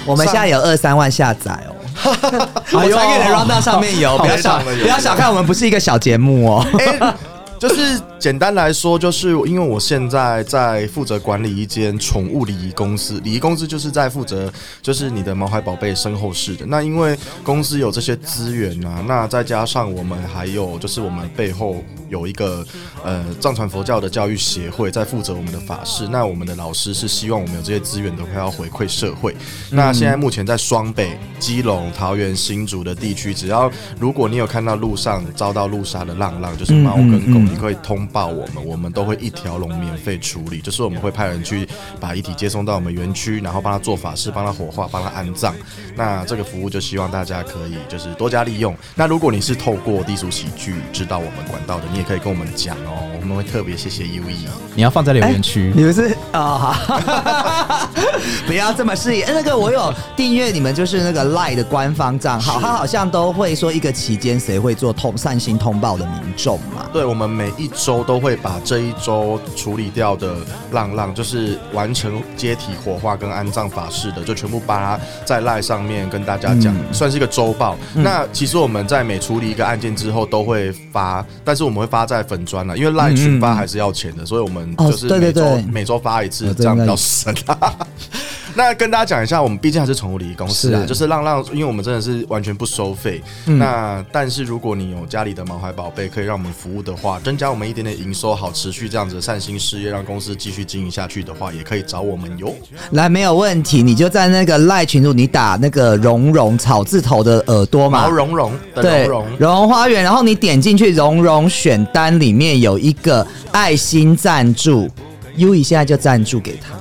A: 我们现在有二三万下载哦， 我传给你的 round down 上面有，不要小
D: 好
A: 不要小看我们不是一个小节目哦。
D: 哎，就是简单来说，就是因为我现在在负责管理一间宠物礼仪公司，礼仪公司就是在负责就是你的毛孩宝贝身后事的。那因为公司有这些资源啊，那再加上我们还有就是我们背后有一个呃藏传佛教的教育协会在负责我们的法事，那我们的老师是希望我们有这些资源的快要回馈社会。那现在目前在双北、基隆、桃园、新竹的地区，只要如果你有看到路上遭到路杀的浪浪，就是猫跟狗，你可以通报我们，我们都会一条龙免费处理，就是我们会派人去把遗体接送到我们园区，然后帮他做法事，帮他火化，帮他安葬。那这个服务就希望大家可以就是多加利用。那如果你是透过低俗喜剧知道我们管道的，你也可以跟我们讲哦，我们会特别谢谢 U E。
C: 你要放在留言区
A: 你，们是啊、 哈，不要这么肆意。哎那个我有订阅你们，就是那个 Lie 的官方账号，他好像都会说一个期间谁会做通善心通报的民众嘛。
D: 对，我们每一周都会把这一周处理掉的浪浪，就是完成接体火化跟安葬法事的，就全部把它在赖上面跟大家讲，
A: 嗯
D: 算是一个周报。那其实我们在每处理一个案件之后都会发，但是我们会发在粉砖了，因为赖群发还是要钱的，所以我们
A: 嗯哦
D: 就是
A: 对对
D: 每周、
A: 对
D: 每周发一次
A: 哦，
D: 这样
A: 对
D: 比
A: 那
D: 较省。 那跟大家讲一下，我们毕竟还是宠物礼仪公司啊，
A: 是嗯
D: 就是浪浪，因为我们真的是完全不收费。那但是如果你有家里的毛孩宝贝可以让我们服务的话，增加我们一点点营收，好持续这样子的善心事业，让公司继续经营下去的话，也可以找我们哟。
A: 来，没有问题，你就在那个 Lie 群组，你打那个蓉蓉草字头的耳朵嘛
D: 毛，茸茸的
A: 对，
D: 茸茸，
A: 蓉花园，然后你点进去蓉蓉选单里面有一个爱心赞助，U 一现在就赞助给他。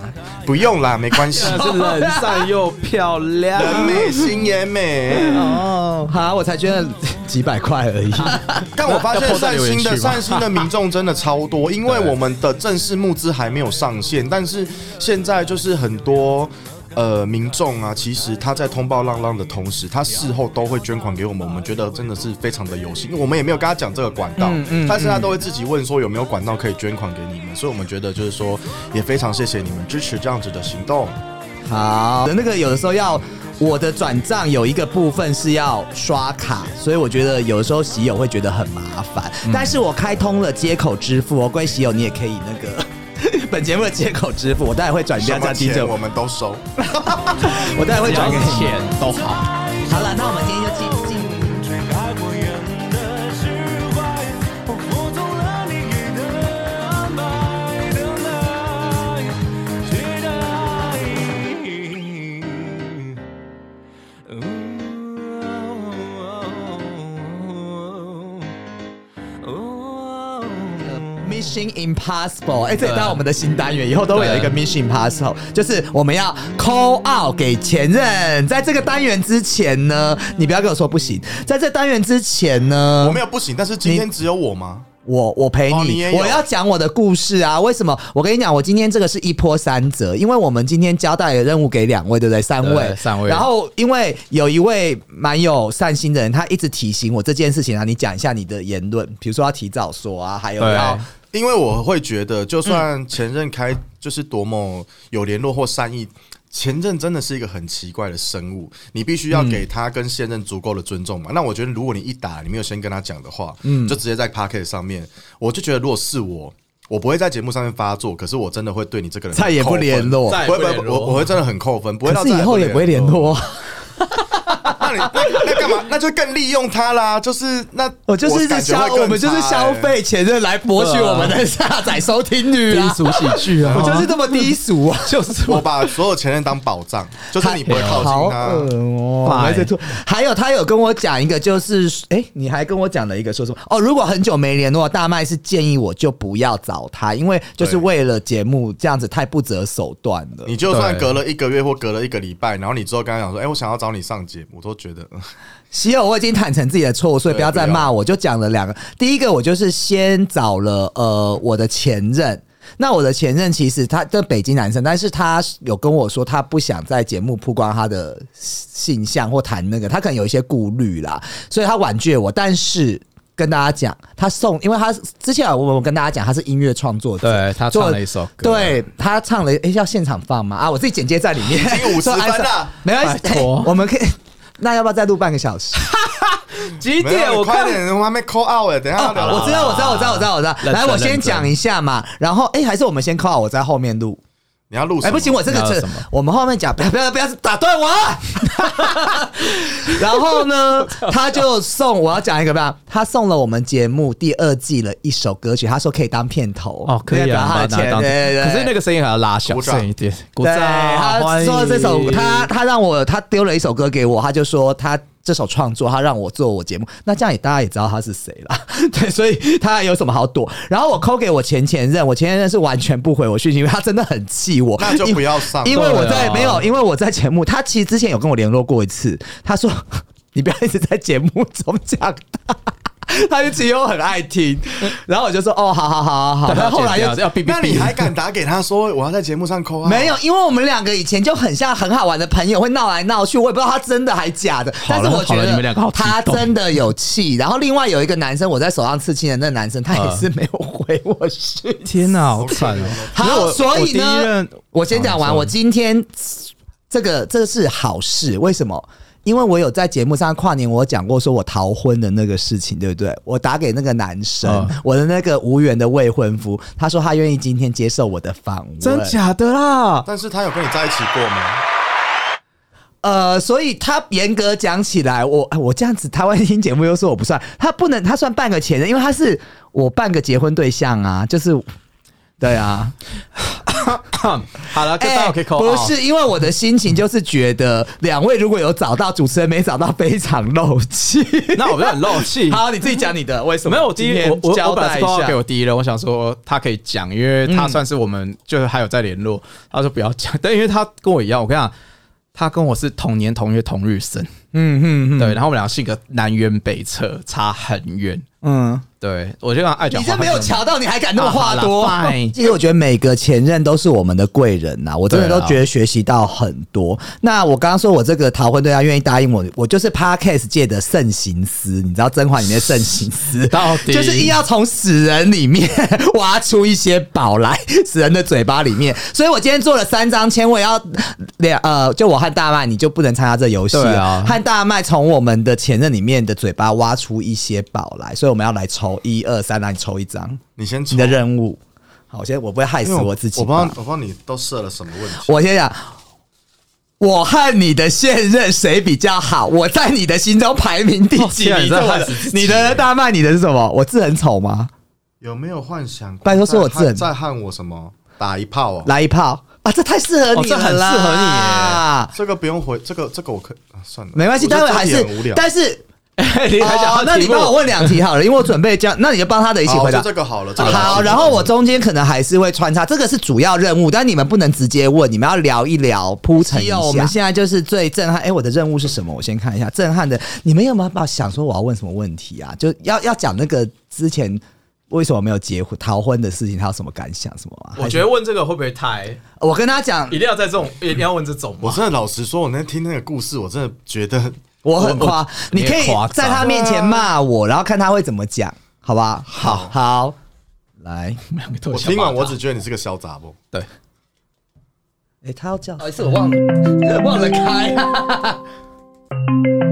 D: 不用啦，没关 系
A: 哎
C: 真，的是人善又漂亮。
D: 人美心也美。
A: 哦， 好，我才捐了几百块而已。
D: 但我发
C: 要
D: 现
C: po 在
D: 善
C: 留言
D: 心的
C: 区吗
D: 善心的民众真的超多，因为我们的正式募资还没有上线，但是现在就是很多。呃，民众啊，其实他在通报浪浪的同时，他事后都会捐款给我们，我们觉得真的是非常的有心，因为我们也没有跟他讲这个管道，但是他都会自己问说有没有管道可以捐款给你们，所以我们觉得就是说也非常谢谢你们支持这样子的行动。
A: 好，那个有的时候要我的转账有一个部分是要刷卡，所以我觉得有的时候喜友会觉得很麻烦。
D: 嗯
A: 但是我开通了接口支付哦，各位喜友你也可以那个 本节目的接口支付，我当然会转
D: 什
A: 掉
D: 么
A: 在 DJ，
D: 钱我们都收。
A: 我当然会转给你。
C: 哎钱 都好。
A: 好了，那我们今天就进进。
E: 吹开过眼的释怀，我服从了你给的安排，等待，期待。
A: Mission Impossible，哎、这也当我们的新单元，以后都会有一个 Mission Impossible，就是我们要 call out 给前任。在这个单元之前呢，你不要跟我说不行。在这单元之前呢，
D: 我没有不行，但是今天只有我吗？
A: 我我陪
D: 哦你
A: 你，
D: 也有
A: 我要讲我的故事啊！为什么？我跟你讲，我今天这个是一波三折，因为我们今天交代的任务给两位，对不对？三位，
C: 对三位
A: 然后因为有一位蛮有善心的人，他一直提醒我这件事情啊，你讲一下你的言论，比如说要提早说啊，还有
C: 对
A: 要
D: 因为我会觉得，就算前任开就是多么有联络或善意，前任真的是一个很奇怪的生物，你必须要给他跟现任足够的尊重嘛。
A: 嗯
D: 那我觉得，如果你一打你没有先跟他讲的话，嗯，就直接在 p o c k e t 上面，我就觉得如果是我。我不会在节目上面发作，可是我真的会对你这个人
A: 再也
D: 扣
A: 不
D: 分
A: 联络
C: 再也
D: 不
C: 不
D: 会不
C: 联
D: 会，
C: 络
D: 我我会真的很扣分，不会到
A: 可是
D: 再
A: 以后也不会联络啊。
D: 那你那那干嘛？那就更利用他啦，就是那
A: 我就是一直
D: 感觉
A: 消
D: 会，更
A: 我们就是
D: 差
A: 消
D: 欸
A: 费前任来博取
C: 对啊
A: 我们的下载收听率
C: 低
A: 啊！
C: 俗喜剧啊，
A: 我就是这么低俗啊！
C: 就是
D: 我把所有前任当宝藏，就是你不会靠
A: 好
D: 近他
A: 恶。哦！
C: Fine
A: 还在吐。还有他有跟我讲一个，就是哎、你还跟我讲了一个说什么？哦，如果很久没联络，大麦是建议我就不要找他，因为就是
D: 对
A: 为了节目这样子太不择手段了。
D: 你就算
C: 对
D: 隔了一个月或隔了一个礼拜，然后你之后跟他讲说：“哎、我想要找你上节目。”我都觉得嗯
A: 喜友，我已经坦诚自己的错误，所以不要再骂我。就讲了两个，第一个我就是先找了呃我的前任。那我的前任其实他的北京男生，但是他有跟我说他不想在节目曝光他的性向或谈那个，他可能有一些顾虑啦，所以他婉拒了我。但是跟大家讲，他送，因为他之前我们跟大家讲他是音乐创作者，
C: 对他
A: 做
C: 唱了一首歌，，
A: 对他唱了，哎、要现场放吗？啊，我自己剪接在里面，
D: 已经50
A: 说哎
D: 分了
A: 没关系
C: 拜，托
A: 哎我们可以。那要不要再录半个小时？
C: 几
A: 啊
D: 没有，
C: 点？我
D: 你快
C: 看
D: 点，我还没 call out 哎、等一下要聊、
A: 我知道，我知道，我知道，我知道，我知道。
C: 认真
A: 来，我先
C: 认真
A: 讲一下嘛。然后，哎，还是我们先 call，我在后面录。
D: 你要录什
A: 哎，
D: 么？
A: 不行，我这个
C: 那有
A: 这
C: 什么
A: 我们后面讲，不要不要不要打断我啊。然后呢，他就送我要讲一个吧，他送了我们节目第二季了一首歌曲，他说可以当片头
C: 哦，可以
A: 表
C: 啊，
A: 他的
C: 把它拿来
A: 钱，
C: 当
A: 对对对。
C: 可是那个声音还要拉小
D: 鼓掌
C: 声一点，鼓
A: 对，
C: 掌，
A: 他
C: 欢迎
A: 说这首他他让我他丢了一首歌给我，他就说他。这首创作，他让我做我节目，那这样也大家也知道他是谁啦。 对，所以他有什么好躲？然后我扣给我前前任，我前前任是完全不回我讯息，因为他真的很气我。
D: 那就
A: 因
D: 不要 上。
A: 因为我在、
C: 对啊
A: 没有，因为我在节目，他其实之前有跟我联络过一次，他说 你不要一直在节目中讲他， 他就其实我很爱听，然后我就说哦，好好好好好，
C: 对
A: 然后后来又
C: 要要哔哔
D: 那
C: 哔
D: 你还敢打给他说我要在节目上 call out？
A: 没有，因为我们两个以前就很像很好玩的朋友，会闹来闹去，我也不知道他真的还假的。但
C: 好了
A: 是我觉
C: 好了你们两个
A: 得
C: 好激动
A: 他真的有气。然后另外有一个男生，我在手上刺青的那个男生，他也
C: 嗯
A: 是没有回我讯。
C: 天哪， 好惨哦！可是
A: 好，
C: 我
A: 所
C: 我
A: 以
C: 第一
A: 呢
C: 任，
A: 我先讲
C: 啊
A: 完，
C: 你说
A: 我今天这个这个是好事，为什么？因为我有在节目上跨年，我有讲过说我逃婚的那个事情，对不对？我打给那个男生，
C: 嗯
A: 我的那个无缘的未婚夫，他说他愿意今天接受我的访问，
C: 真假的啦，
D: 但是他有跟你在一起过吗？
A: 呃，所以他严格讲起来，我哎我这样子，台湾听节目又说我不算，他不能，他算半个前任，因为他是我半个结婚对象啊，就是。对啊， 哎
C: 好了，跟大家可以扣
A: 不是因为我的心情就是觉得两位如果有找到主持人没找到，非常漏气。
C: 那我们很漏气。
A: 好，你自己讲你的，为什么？
C: 没有，我第一
A: 今天
C: 我我
A: 交
C: 我本
A: 代
C: 来
A: 一
C: 是
A: 下
C: 要给我第一任，我想说他可以讲，因为他算是我们就是还有在联 络。他说不要讲，但因为他跟我一样，我跟你讲，他跟我是同年同月同日生，
A: 嗯哼，嗯
C: 对，然后我们俩性格南辕北辙，差很远。
A: 嗯，
C: 对我就让爱讲
A: 你
C: 话，
A: 这没有瞧到，你还敢那么话多？
C: 啊好啦 fine
A: 其实我觉得每个前任都是我们的贵人呐、我真的
C: 对啊，
A: 都觉得学习到很多。那我刚刚说我这个逃婚对象愿意答应我，我就是 podcast 界的慎行司，你知道《甄嬛》里面的慎行司
C: 到底
A: 就是硬要从死人里面挖出一些宝来，死人的嘴巴里面。所以我今天做了三张签，我也要两呃，就我和大麦你就不能参加这游戏
C: 对
A: 了。
C: 啊
A: 和大麦从我们的前任里面的嘴巴挖出一些宝来，所以我们要来抽一二三，让你抽一张
D: 你先抽
A: 你的任务。好，我现在我不会害
D: 因
A: 死
D: 为
A: 我自己
D: 我
A: 吧。
D: 不知道，我不知道你都设了什么问题。
A: 我先讲，我和你的现任谁比较好？我在你的心中排名第
C: 哦
A: 几？
C: 天啊
A: 你这
C: 你真的
A: 我
C: 害
A: 的
C: 死自己
A: 你的大麦，你的是什么？我字很丑吗？
D: 有没有幻想过？
A: 拜托说我自
D: 在
A: 很
D: 在和我什么打一炮哦？
A: 来一炮啊！这太适合
C: 哦
A: 你
C: 这
A: 了啦，
C: 很适合你耶
D: 这个不用回，这个这个我可啊算了，
A: 没关系，
D: 我觉
A: 待
D: 得
A: 会还
D: 这
A: 是
D: 题很无聊。
A: 但是
C: 你还讲
A: 哦
C: 到
A: 那你
C: 题目
A: 帮我哦问两题好了，因为我准备这样，那你就帮他的一起
D: 好
A: 回答
D: 就这个好了，这个
A: 好，然后我中间可能还是会穿插，这个是主要任务，但你们不能直接问，你们要聊一聊，铺陈一下。我们现在就是最震撼，哎、我的任务是什么？我先看一下震撼的，你们有没有把想说我要问什么问题啊？就要要讲那个之前为什么没有结婚逃婚的事情，他有什么感想什么吗？
B: 我觉得问这个会不会太？
A: 我跟他讲
B: 一，定要在这种，一定要问这种
D: 我
B: 吗？
D: 真的老实说，我那天听那个故事，我真的觉得
A: 我很夸，你可以
C: 你也夸张
A: 在他面前骂我，然后看他会怎么讲，好吧？
D: 好
A: 好，来，
C: 我们两个都
D: 我
C: 有想
D: 听
C: 法
D: 完我只觉得你是个小杂不。
C: 对，
A: 哎、他要叫
B: 好意思，我忘 了忘了开、啊，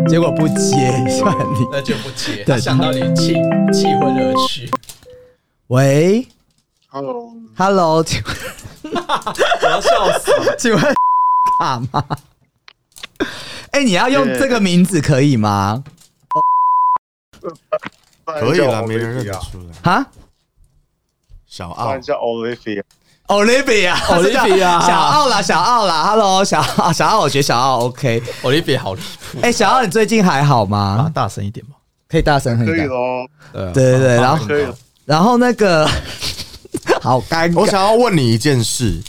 A: 结果不接，算你。
B: 那就不接。
A: 对
B: 想到你气气昏而 去，
A: 喂
F: Hello，
A: ，Hello，请问
B: 我要笑 死。
A: 请问卡吗？哎、你要用
F: 耶
A: 这个名字可以吗？
D: 可以
F: 了，
D: 啦，没人认得出来。
A: 哈
D: 小
F: 啊不
D: 奥
F: 然，叫 Olivia，
A: ，Olivia，Olivia，
C: Olivia
A: 小奥啦，小奥啦，Hello，小奥，小奥，我学小奥，OK。
C: 我一别好离谱
A: 哎、小奥，你最近还好
C: 啊，
A: 吗？
C: 大声一点嘛。
A: 可以大声很
F: 可以
A: 大。
F: 喽，
C: 对啊
A: 对对对，然后
F: 可以了。
A: 然后那个 好尴
D: 我
A: 尬，
D: 想要问你一件事，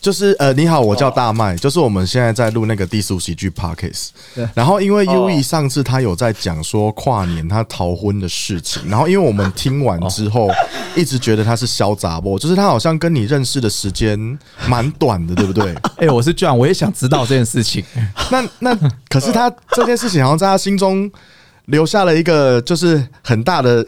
D: 就是呃，你好，我叫大麦，就是我们现在在录那个低俗喜剧 Pockets
A: 对。
D: 然后因为
F: 哦
D: U E 上次他有在讲说跨年他逃婚的事情，然后因为我们听完之后，一直觉得他是小杂不，就是他好像跟你认识的时间蛮短的，对不对？
C: 哎，我是居然我也想知道这件事情。
D: 那那可是他这件事情好像在他心中留下了一个就是很大的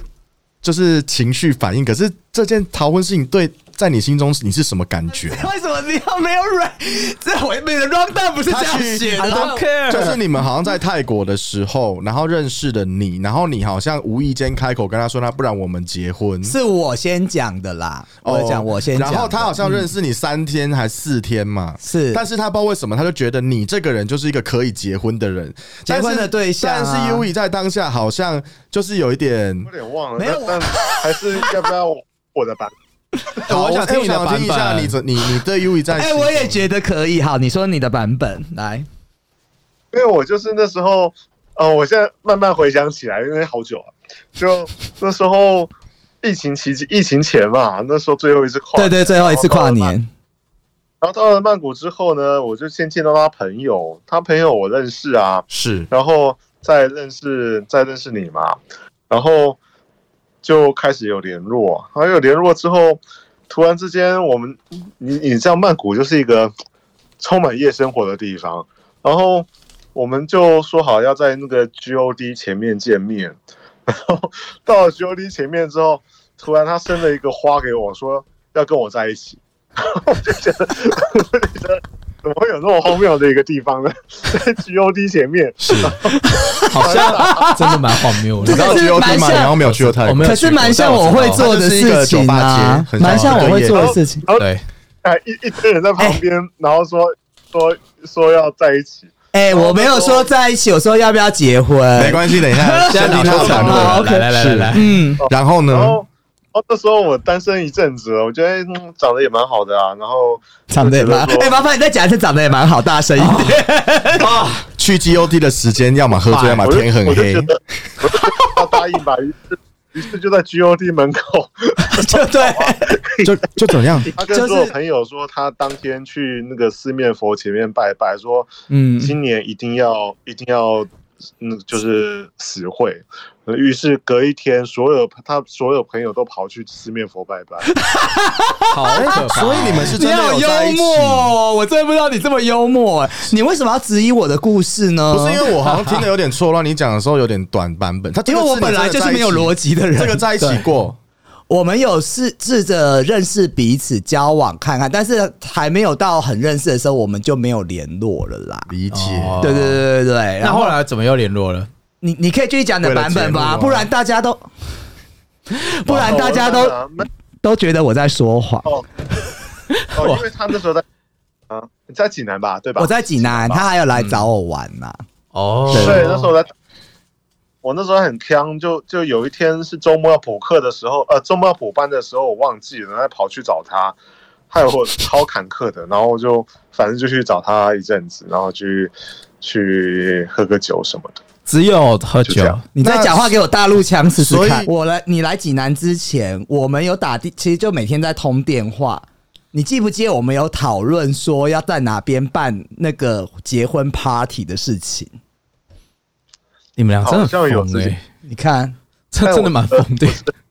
D: 就是情绪反应。可是这件逃婚事情对在你心中你是什么感觉、啊？
A: 为什么你要没有软？这我你的 round down 不是这
D: 他
A: 样
D: 去
A: 写
D: 他
A: 的
D: 都
A: 吗。
C: care
D: 就是你们好像在泰国的时候，然后认识的你，然后你好像无意间开口跟他说，那不然我们结婚。
A: 是我先讲的啦，我讲我先讲的。
D: 哦然后他好像认识你三天还四天嘛，
A: 是
D: 但是他不知道为什么，他就觉得你这个人就是一个可以结婚的人，
A: 结婚的对象啊
D: 但是但是 U E 在当下好像就是有一点
F: 有点忘了，
A: 没有
F: 但但还是要不要我的版？
D: 哎我
C: 想听
D: 我
C: 你的
D: 想听一
C: 版
D: 下
C: 本
D: 你怎你你对 U E 在
A: 哎、
D: 心中
A: 我也觉得可以。好，你说你的版本来。
F: 因为我就是那时候，呃，我现在慢慢回想起来，因为好久啊，就那时候疫情期间，疫情前嘛，那时候最后一次跨，
A: 对对，最后一次跨
F: 然后到了曼。
A: 年，
F: 然后到了曼谷之后呢，我就先见到他朋友，他朋友我认识啊，
D: 是
F: 然后再认识再认识你嘛，然后就开始有联络，然后有联络之后，突然之间我们你你知道曼谷就是一个充满夜生活的地方，然后我们就说好要在那个 GOD 前面见面，然后到了 GOD 前面之后，突然他生了一个花给我说要跟我在一起，我就觉得 我就觉得怎么会有那么荒谬的一个地方呢？在 GOD 前面，
C: 好像真的蛮荒谬
A: 这
C: 的。
D: 你
A: 个
D: 知道
A: 是
D: G O T
A: 蛮
D: 吗？
A: 像
D: 然后没有去过泰
C: 我
D: 国
C: 没，有
A: 可
C: 去
A: 是
C: 过
A: 蛮像我会做的事情啊
D: 它就是一个酒吧，街
A: 蛮像我会做的事情。
F: 然后
C: 对，
F: 哎，一一堆人在旁边，然后说说说要在一起，
A: 哎、我没有说在一起，我说要不要结婚？
D: 没关系，等 一下
C: 现
D: 先
C: 在
D: 听
C: 脑抽
D: 他谈
C: 残
A: 好
C: 了，
A: ，OK
C: 来来来来来，
A: 嗯，
D: 然后呢
F: 然？后。哦，那时候我单身一阵子了，我觉得、嗯、长得也蛮好的啊。然后
A: 长得也蛮……
F: 就觉得
A: 哎、
F: 说
A: 麻烦你再讲一次，长得也蛮好，大声一点。
C: 嗯
D: 去 G O T 的时间，要么喝醉，要么
A: 啊
F: 我就
D: 天很
F: 哎我就
D: 黑
F: 觉。得我就觉得要答应吧，于是于是就在 GOD 门口，
A: 就对，
D: 就就怎样？
F: 他跟
A: 就是
F: 所有朋友说，他当天去那个四面佛前面拜拜，说
A: 嗯，
F: 今年一定要一定要嗯，就是死会。于是隔一天，所有他所有朋友都跑去四面佛拜拜。
C: 好哎可怕！
D: 所以你们是
A: 你
D: 真的
A: 好
D: 有
A: 幽
D: 在一起，
A: 默哦，我真的不知道你这么幽默哎。你为什么要质疑我的故事呢？
D: 不是因为我好像听的有点错乱，你讲的时候有点短版本。他
A: 因为我本来就是没有逻
D: 辑，
A: 辑的人。
D: 这个在一起过，
A: 我们有试试着认识彼此、交往看看，但是还没有到很认识的时候，我们就没有联络了啦。
D: 理解。
C: 哦
A: 对对对对对，然
C: 那
A: 后
C: 后来怎么又联络了？
A: 你你可以继续讲你的版本
D: 为了节
A: 吧，
D: 目啊
A: 不然大 家都， 不然大家
F: 我
A: 都
F: 真的没
A: 都觉得我在说谎。
F: 哦，因为他那时候在啊，你在济南吧，对吧？
A: 我在济南，他还要来找我玩呐、
C: 哦
F: 对，那时候来，我那时候很坑，就就有一天是周末要补课的时候，呃，周末要补班的时候，我忘记了，然后跑去找他，害我超坎坷的，然后就反正就去找他一阵子，然后去去喝个酒什么的。
C: 只有喝
F: 就
C: 酒
F: 这样
A: 你再讲话给我大陆腔试试看
D: 所以。
A: 我来，你来济南之前，我们有打电，其实就每天在通电话。你记不记得我们有讨论说要在哪边办那个结婚 party 的事情？
C: 你们俩真的
F: 好像有
C: 很
F: 自
C: 疯
F: 己
C: 哎，
A: 你看，
C: 这真的蛮疯的。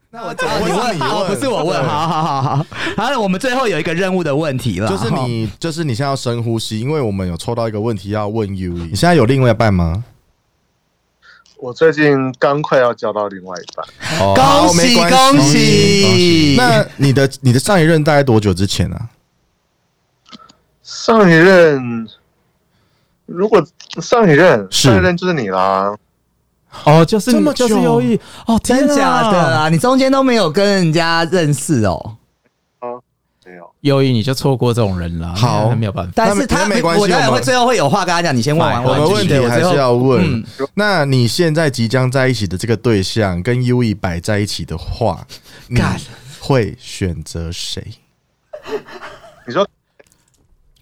D: 那我怎么会是你
A: 哦，不是我问，好好好好。好了，我们最后有一个任务的问题了，
D: 就是
A: 哈
D: 你，就是你现在要深呼吸，因为我们有抽到一个问题要问 U。你现在有另外一半吗？
F: 我最近刚快要交到另外一半，
C: 哦
A: 恭
D: 好没
A: 喜
D: 关系
A: 恭
D: 恭
A: 喜！
D: 那你的你的上一任大概多久之前啊？
F: 上一任。如果上一任，
D: 是
F: 上一任就是你啦，
C: 哦，就是
D: 这么久
C: 就是优异哦，
A: 真
C: 天啊
A: 假的？啊？你中间都没有跟人家认识哦。
F: 没有，
C: 优异你就错过这种人了，
D: 好
C: 那没有办法。
A: 但是
D: 那
A: 他
D: 没关系
A: 我当然
D: 我
A: 会
D: 们
A: 最后会有话跟他讲。你先问完，
C: Fine，
A: 我
D: 我们
A: 继
D: 问
A: 续
D: 题还是要问。
A: 嗯
D: 那你现在即将在一起的这个对象跟 U E 摆在一起的话，你
C: 干
D: 会选择谁？
F: 你说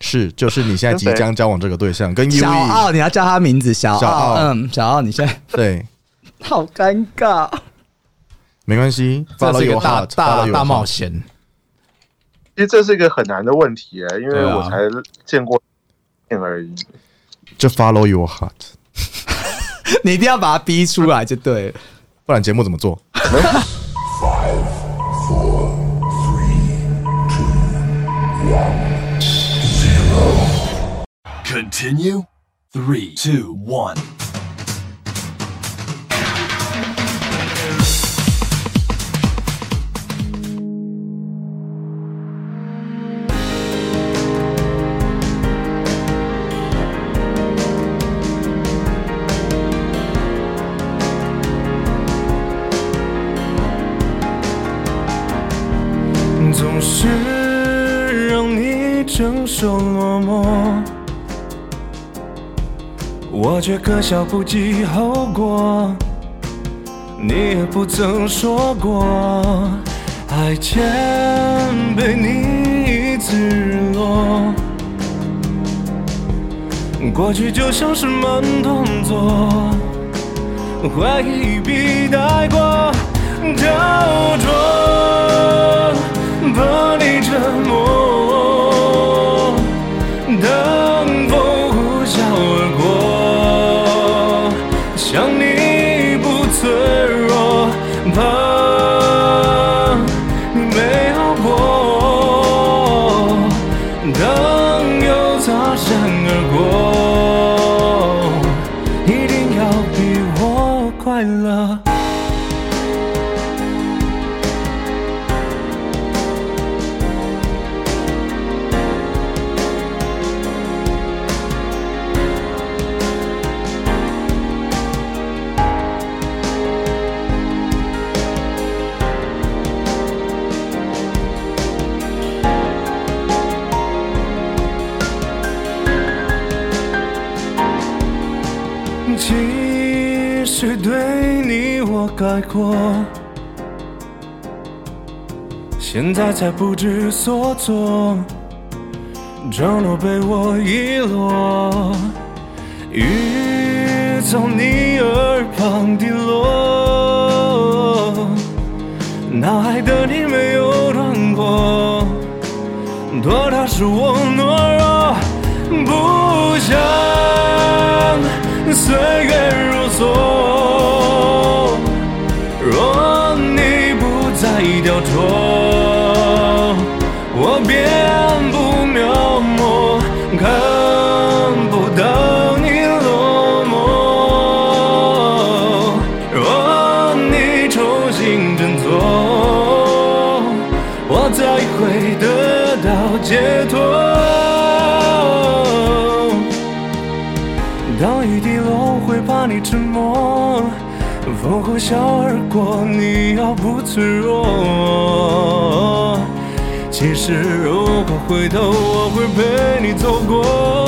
D: 是，就是你现在即将交往这个对象跟 U
A: 小
D: E
A: 奥，你要叫他名字，小
D: 小
A: 奥，
D: 奥
A: 嗯，小奥，你现在
D: 对，
A: 好尴尬。
D: 没关系
C: 这
D: ，follow
C: 是一
D: your
C: 个大
D: heart，
C: 大大冒
D: 险。
C: 险，
F: 其实这是一个很难的问题、欸，因为
C: 对啊
F: 我才见过一面而已。
D: 就 follow your heart，
A: 你一定要把他逼出来就对了。
D: 不然节目怎么做？
E: Continue. Three, two, one. 总是让你承受落寞，我却可笑不计后果。你也不曾说过，爱前被你一次日落。过去就像是慢动作，怀疑比带过雕琢，把你折磨。当风呼啸而过，想你不脆弱，怕没好过。当又擦身而过，一定要比我快乐。其实对你我改过，现在才不知所措，承诺被我遗落，雨从你耳旁滴落，脑海的你没有断过，多大是我懦弱，不想。岁月如你沉默，风呼啸而过，你要不脆弱。其实如果回头，我会陪你走过。